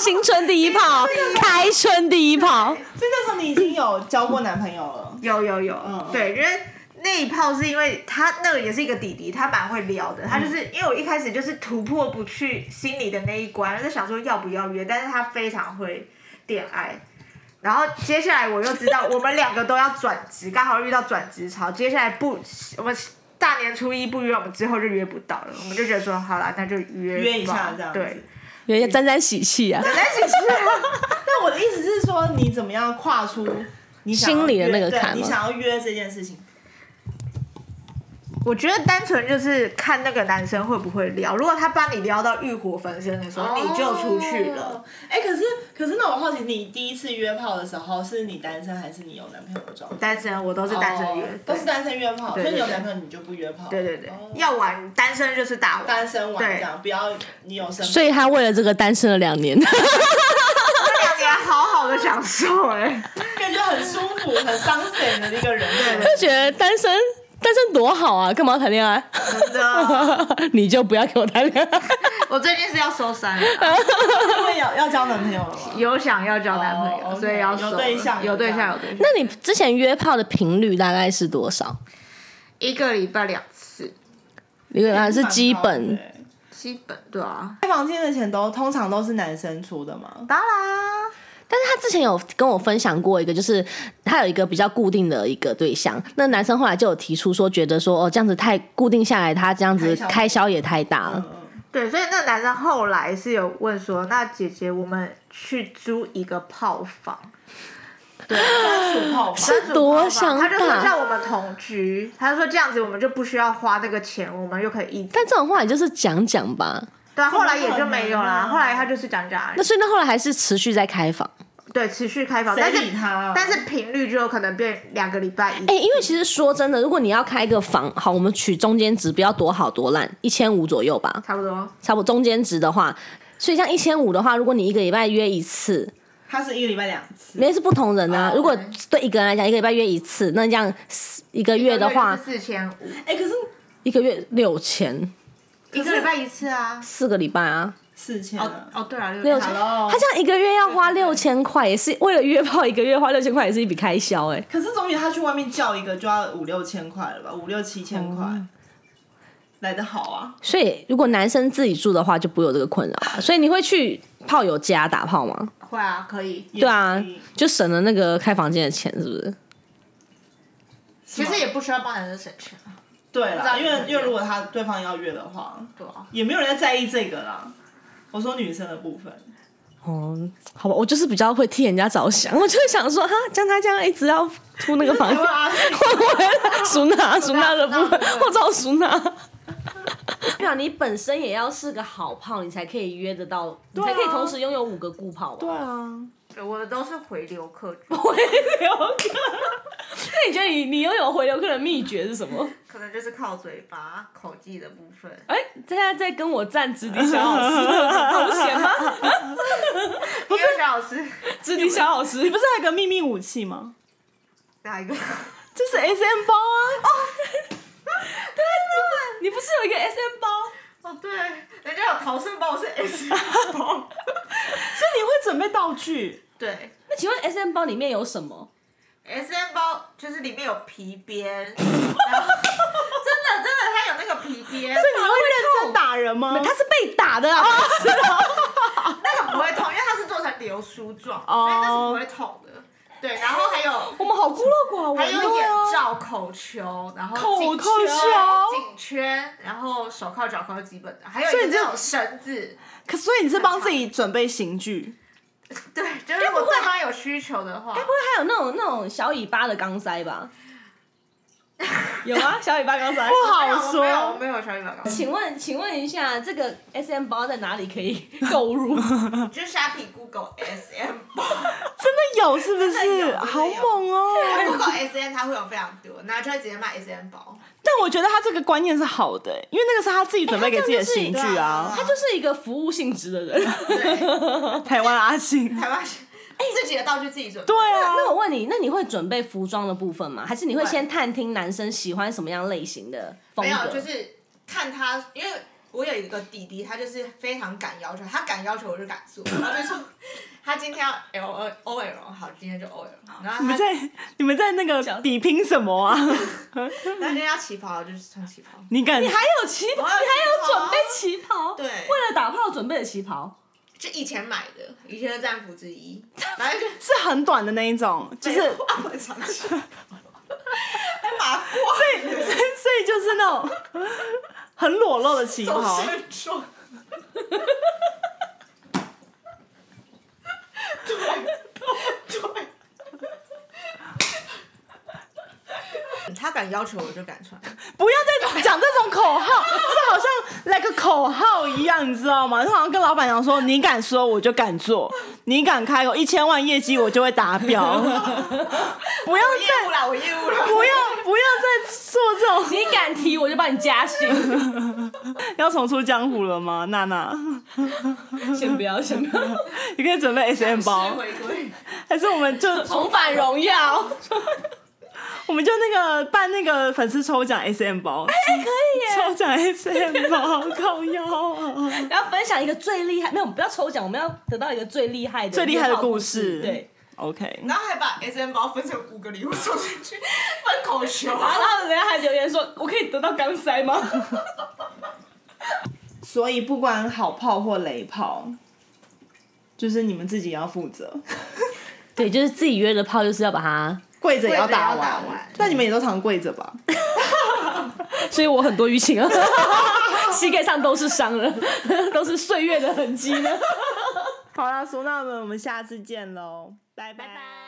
[SPEAKER 4] 新春第一 炮，开春第一炮，
[SPEAKER 3] 所以那时候你已经有交过男朋友了，
[SPEAKER 2] 有有有，
[SPEAKER 3] 嗯
[SPEAKER 2] 对，因为那一炮是因为他那个也是一个弟弟，他蛮会聊的，他
[SPEAKER 3] 嗯
[SPEAKER 2] 就是、因为我一开始就是突破不去心里的那一关，就想说要不要约，但是他非常会恋爱。然后接下来我又知道我们两个都要转职，刚好遇到转职潮。接下来不，我们大年初一不约，我们之后就约不到了。我们就觉得说，好啦，那就约
[SPEAKER 3] 约一
[SPEAKER 2] 吧
[SPEAKER 3] 下这样子。
[SPEAKER 2] 对，
[SPEAKER 4] 有点沾沾喜气啊。
[SPEAKER 2] 但是其实
[SPEAKER 3] 那我的意思是说，你怎么样跨出你想要
[SPEAKER 4] 心里的
[SPEAKER 3] 约
[SPEAKER 4] 那个
[SPEAKER 3] 对
[SPEAKER 4] 坎吗
[SPEAKER 3] 你想要约这件事情，
[SPEAKER 2] 我觉得单纯就是看那个男生会不会撩，如果他帮你撩到欲火焚身的时候，你就出去了。
[SPEAKER 3] 哦。哎、可是可是，那我好奇，你第一次约炮的时候，是你单身还是你有男朋友的状态？
[SPEAKER 2] 单身，我都是单身约，
[SPEAKER 3] 哦都是单身约炮，所
[SPEAKER 2] 对
[SPEAKER 3] 以你有
[SPEAKER 2] 对
[SPEAKER 3] 男朋友你就不约炮。
[SPEAKER 2] 对对对，
[SPEAKER 3] 哦
[SPEAKER 2] 要玩单身就是大玩，
[SPEAKER 3] 单身玩
[SPEAKER 2] 对
[SPEAKER 3] 这样，不要你有身份。
[SPEAKER 4] 所以他为了这个单身了两年，
[SPEAKER 2] 这两年好好的享受 哎、
[SPEAKER 3] 感觉很舒服、很伤神的一个人。
[SPEAKER 4] 就觉得单身单身多好啊，干嘛要谈恋爱？
[SPEAKER 2] 真的，
[SPEAKER 4] 你就不要给我谈恋爱。
[SPEAKER 2] 我最近是要收山了，
[SPEAKER 3] 因为要要交男朋友了吗？
[SPEAKER 2] 有想要交男朋友，
[SPEAKER 3] 哦，OK，
[SPEAKER 2] 所以要收了
[SPEAKER 3] 有对象
[SPEAKER 2] 有对象，
[SPEAKER 3] 有
[SPEAKER 2] 有对象，
[SPEAKER 4] 那你之前约炮的频率大概是多少？
[SPEAKER 2] 一个礼拜两次，
[SPEAKER 4] 一个还是基
[SPEAKER 3] 蛮高
[SPEAKER 4] 本
[SPEAKER 3] 的欸。
[SPEAKER 2] 基本对啊，
[SPEAKER 3] 开房间的钱都通常都是男生出的吗？
[SPEAKER 2] 当然
[SPEAKER 4] 但是他之前有跟我分享过一个，就是他有一个比较固定的一个对象，那男生后来就有提出说，觉得说哦这样子太固定下来，他这样子
[SPEAKER 3] 开销
[SPEAKER 4] 开销也太大了。
[SPEAKER 3] 嗯
[SPEAKER 2] 对，所以那个男生后来是有问说，那姐姐我们去租一个炮房，
[SPEAKER 3] 嗯，炮吧
[SPEAKER 2] 专属
[SPEAKER 4] 多
[SPEAKER 2] 套房
[SPEAKER 4] 想
[SPEAKER 2] 他就说
[SPEAKER 4] 打
[SPEAKER 2] 像我们同居，他说这样子我们就不需要花这个钱，我们又可以一起。
[SPEAKER 4] 但这种话也就是讲讲吧。
[SPEAKER 2] 对啊，后来也就没有
[SPEAKER 3] 怎么可
[SPEAKER 2] 啦。
[SPEAKER 3] 能
[SPEAKER 2] 后来他就是讲讲而已
[SPEAKER 4] 那，所以那后来还是持续在开房。
[SPEAKER 2] 对，持续开房，
[SPEAKER 3] 谁
[SPEAKER 2] 但
[SPEAKER 3] 理
[SPEAKER 2] 是
[SPEAKER 3] 他啊
[SPEAKER 2] 但是频率就有可能变两个礼拜一
[SPEAKER 4] 哎、。因为其实说真的，如果你要开一个房，好，我们取中间值，不要多好多烂，一千五左右吧，
[SPEAKER 2] 差不多，
[SPEAKER 4] 差不多中间值的话。所以像一千五的话，如果你一个礼拜约一次，
[SPEAKER 3] 他是一个礼拜两次，
[SPEAKER 4] 那是不同人啊。
[SPEAKER 3] 哦
[SPEAKER 4] 如果对一个人来讲，一个礼拜约一次，那这样四一个月的话，
[SPEAKER 2] 四千五，
[SPEAKER 3] 哎、可是
[SPEAKER 4] 一个月六千，
[SPEAKER 2] 一个礼拜一次啊。
[SPEAKER 4] 四个礼拜啊，
[SPEAKER 3] 四千
[SPEAKER 2] 哦
[SPEAKER 3] 啊，
[SPEAKER 2] 哦，对了，
[SPEAKER 4] 六
[SPEAKER 2] 六
[SPEAKER 4] 千。
[SPEAKER 3] Hello
[SPEAKER 4] 他这样一个月要花六千块，也是为了约炮，一个月花六千块也是一笔开销哎、
[SPEAKER 3] 可是总比他去外面叫一个就要五六千块了吧，五六七千块。来的好啊，
[SPEAKER 4] 所以如果男生自己住的话，就不会有这个困扰 啊。所以你会去炮友家打炮吗？
[SPEAKER 2] 会啊，可以。
[SPEAKER 3] 对
[SPEAKER 4] 对啊，就省了那个开房间的钱，是不是？
[SPEAKER 2] 其实也不需要帮男生省钱啊，
[SPEAKER 3] 对啦，
[SPEAKER 2] 不
[SPEAKER 3] 因
[SPEAKER 2] 知道
[SPEAKER 3] 为因为如果他对方要约的话，
[SPEAKER 2] 对啊。
[SPEAKER 3] 也没有人在在意这个啦。我说女生的部分，
[SPEAKER 4] 哦，好吧，我就是比较会替人家着想， 我就想说，哈，像他这样一直要出那个房
[SPEAKER 3] 因
[SPEAKER 4] 间
[SPEAKER 3] 为，哎阿信
[SPEAKER 4] 熟娜熟娜的部分
[SPEAKER 2] 熟，
[SPEAKER 4] 我找熟娜。 对啊，你本身也要是个好炮，你才可以约得到，你才可以同时拥有五个固炮 吧？
[SPEAKER 3] 啊，
[SPEAKER 2] 对我的都是回流客居，
[SPEAKER 4] 回流客。那你觉得你你拥有回流客的秘诀是什么？
[SPEAKER 2] 可能就是靠嘴巴、口技的部分。
[SPEAKER 4] 哎、现在在跟我站直笛小老师的头衔 吗？
[SPEAKER 2] 不是小老师，
[SPEAKER 4] 直笛小老师
[SPEAKER 3] 你不是还有个秘密武器吗？
[SPEAKER 2] 哪一个？
[SPEAKER 4] 就是 S M 包啊！ 哦，对你不是有一个 S M 包？
[SPEAKER 2] 哦，对，人家有逃生包，我是 S 包。
[SPEAKER 3] 所以你会准备道具，
[SPEAKER 2] 对
[SPEAKER 4] 那请问 S M 包里面有什么？
[SPEAKER 2] ，S M 包就是里面有皮 鞭，然后真的真的，它有那个皮鞭，
[SPEAKER 3] 你会认真打人吗？
[SPEAKER 4] 他是被打的嗯啊！
[SPEAKER 2] 那个不会痛，因为它是做成流苏状，
[SPEAKER 3] 哦
[SPEAKER 2] 所以那是不会痛的。对，然后还有
[SPEAKER 4] 我们好孤陋寡闻
[SPEAKER 2] 还有眼
[SPEAKER 4] 哦。
[SPEAKER 2] 罩、口球，然后
[SPEAKER 3] 啊口
[SPEAKER 2] 颈
[SPEAKER 3] 口
[SPEAKER 2] 圈
[SPEAKER 3] 球
[SPEAKER 2] 颈圈，然后手铐、脚铐基本的，还有
[SPEAKER 3] 所以
[SPEAKER 2] 一个
[SPEAKER 3] 这
[SPEAKER 2] 那种绳子。
[SPEAKER 3] 可所以你是帮自己准备刑具，
[SPEAKER 2] 对，
[SPEAKER 3] 哎
[SPEAKER 2] 就是如果对方有需求的话，
[SPEAKER 4] 不会还有那种那种小尾巴的钢塞吧？有吗？小尾巴钢塞？
[SPEAKER 3] 不
[SPEAKER 2] 没有
[SPEAKER 3] 好
[SPEAKER 2] 哎没有
[SPEAKER 3] 说。
[SPEAKER 2] 没有小尾巴高，
[SPEAKER 4] 请问，请问一下，这个 S M 包在哪里可以购 入？
[SPEAKER 2] 就是虾皮 Google S M 包。
[SPEAKER 3] 真的有是不
[SPEAKER 2] 真的
[SPEAKER 3] 是？
[SPEAKER 2] 有
[SPEAKER 3] 好猛哦！
[SPEAKER 2] 如果 S N 它会有非常多，那就会直接买 S N 包。
[SPEAKER 3] 但我觉得他这个观念是好的、欸因为那个是他自己准备给自己的刑具啊。
[SPEAKER 4] 他就是一个服务性质的人。
[SPEAKER 3] 台湾阿信，
[SPEAKER 2] 台湾是自己的道具自己准备。
[SPEAKER 3] 对 啊，
[SPEAKER 4] 那我问你，那你会准备服装的部分吗？还是你会先探听男生喜欢什么样类型的风
[SPEAKER 2] 没有，
[SPEAKER 4] 格？
[SPEAKER 2] 就是看他，因为我有一个弟弟，他就是非常敢要求，他敢要求我就敢做，然后就 说他今天要 L O O L，好，今天就 O L，然后
[SPEAKER 3] 你
[SPEAKER 2] 他
[SPEAKER 3] 们在你们在那个比拼什 么啊？
[SPEAKER 2] 他今天要旗袍，我就是穿旗袍。
[SPEAKER 3] 你敢？你
[SPEAKER 4] 还有旗袍，
[SPEAKER 2] 我
[SPEAKER 4] 你还
[SPEAKER 2] 有
[SPEAKER 4] 有
[SPEAKER 2] 旗袍
[SPEAKER 4] 准备旗袍，
[SPEAKER 2] 对
[SPEAKER 4] 为了打炮准备的旗袍，
[SPEAKER 2] 就以前买的，以前的战服之 一，反正就是
[SPEAKER 3] 很短的那一种，就是所
[SPEAKER 2] 哇，我长 裙，还麻瓜，
[SPEAKER 3] 以 所以就是那种很裸露的旗袍。啊
[SPEAKER 2] 身装。对对，他敢要求我就敢穿，
[SPEAKER 3] 不要再讲这种口号， 这好像来个口号一样，你知道吗？就好像跟老板娘说：“你敢说，我就敢做；你敢开口，一千万业绩我就会达标。” 不要
[SPEAKER 2] 我业务啦，我业务啦，
[SPEAKER 3] 不要不要再做这种，
[SPEAKER 4] 你敢提我就把你加薪。
[SPEAKER 3] 要重出江湖了吗？娜娜，
[SPEAKER 4] 先不要，先不要，
[SPEAKER 3] 你可以准备 S M 包，
[SPEAKER 2] 回归。
[SPEAKER 3] 还是我们就
[SPEAKER 4] 重返荣耀。
[SPEAKER 3] 我们就那个办那个粉丝抽奖 S M 包，
[SPEAKER 4] 哎、可以耶！
[SPEAKER 3] 抽奖 S M 包，靠腰啊！
[SPEAKER 4] 然后分享一个最厉害，没有，不要抽奖，我们要得到一个最厉害的
[SPEAKER 3] 最厉害的故
[SPEAKER 4] 事
[SPEAKER 3] 事，
[SPEAKER 4] 对，
[SPEAKER 3] ，OK，
[SPEAKER 2] 然后还把 S M 包分成五个礼物送出去，分口球
[SPEAKER 4] 然
[SPEAKER 2] 啊！
[SPEAKER 4] 后人家还留言说：“我可以得到钢塞吗
[SPEAKER 3] 所以不管好炮或雷炮，就是你们自己要负责，？”
[SPEAKER 4] 对，就是自己约的炮，就是要把它。
[SPEAKER 3] 跪着也要打
[SPEAKER 2] 跪着也要打完
[SPEAKER 3] 但你们也都常跪着吧？
[SPEAKER 4] 所以我很多淤青啊， 膝盖上都是伤了， 都是岁月的痕迹了。
[SPEAKER 3] 好啦，苏娜们，我们下次见喽，拜拜
[SPEAKER 4] 拜。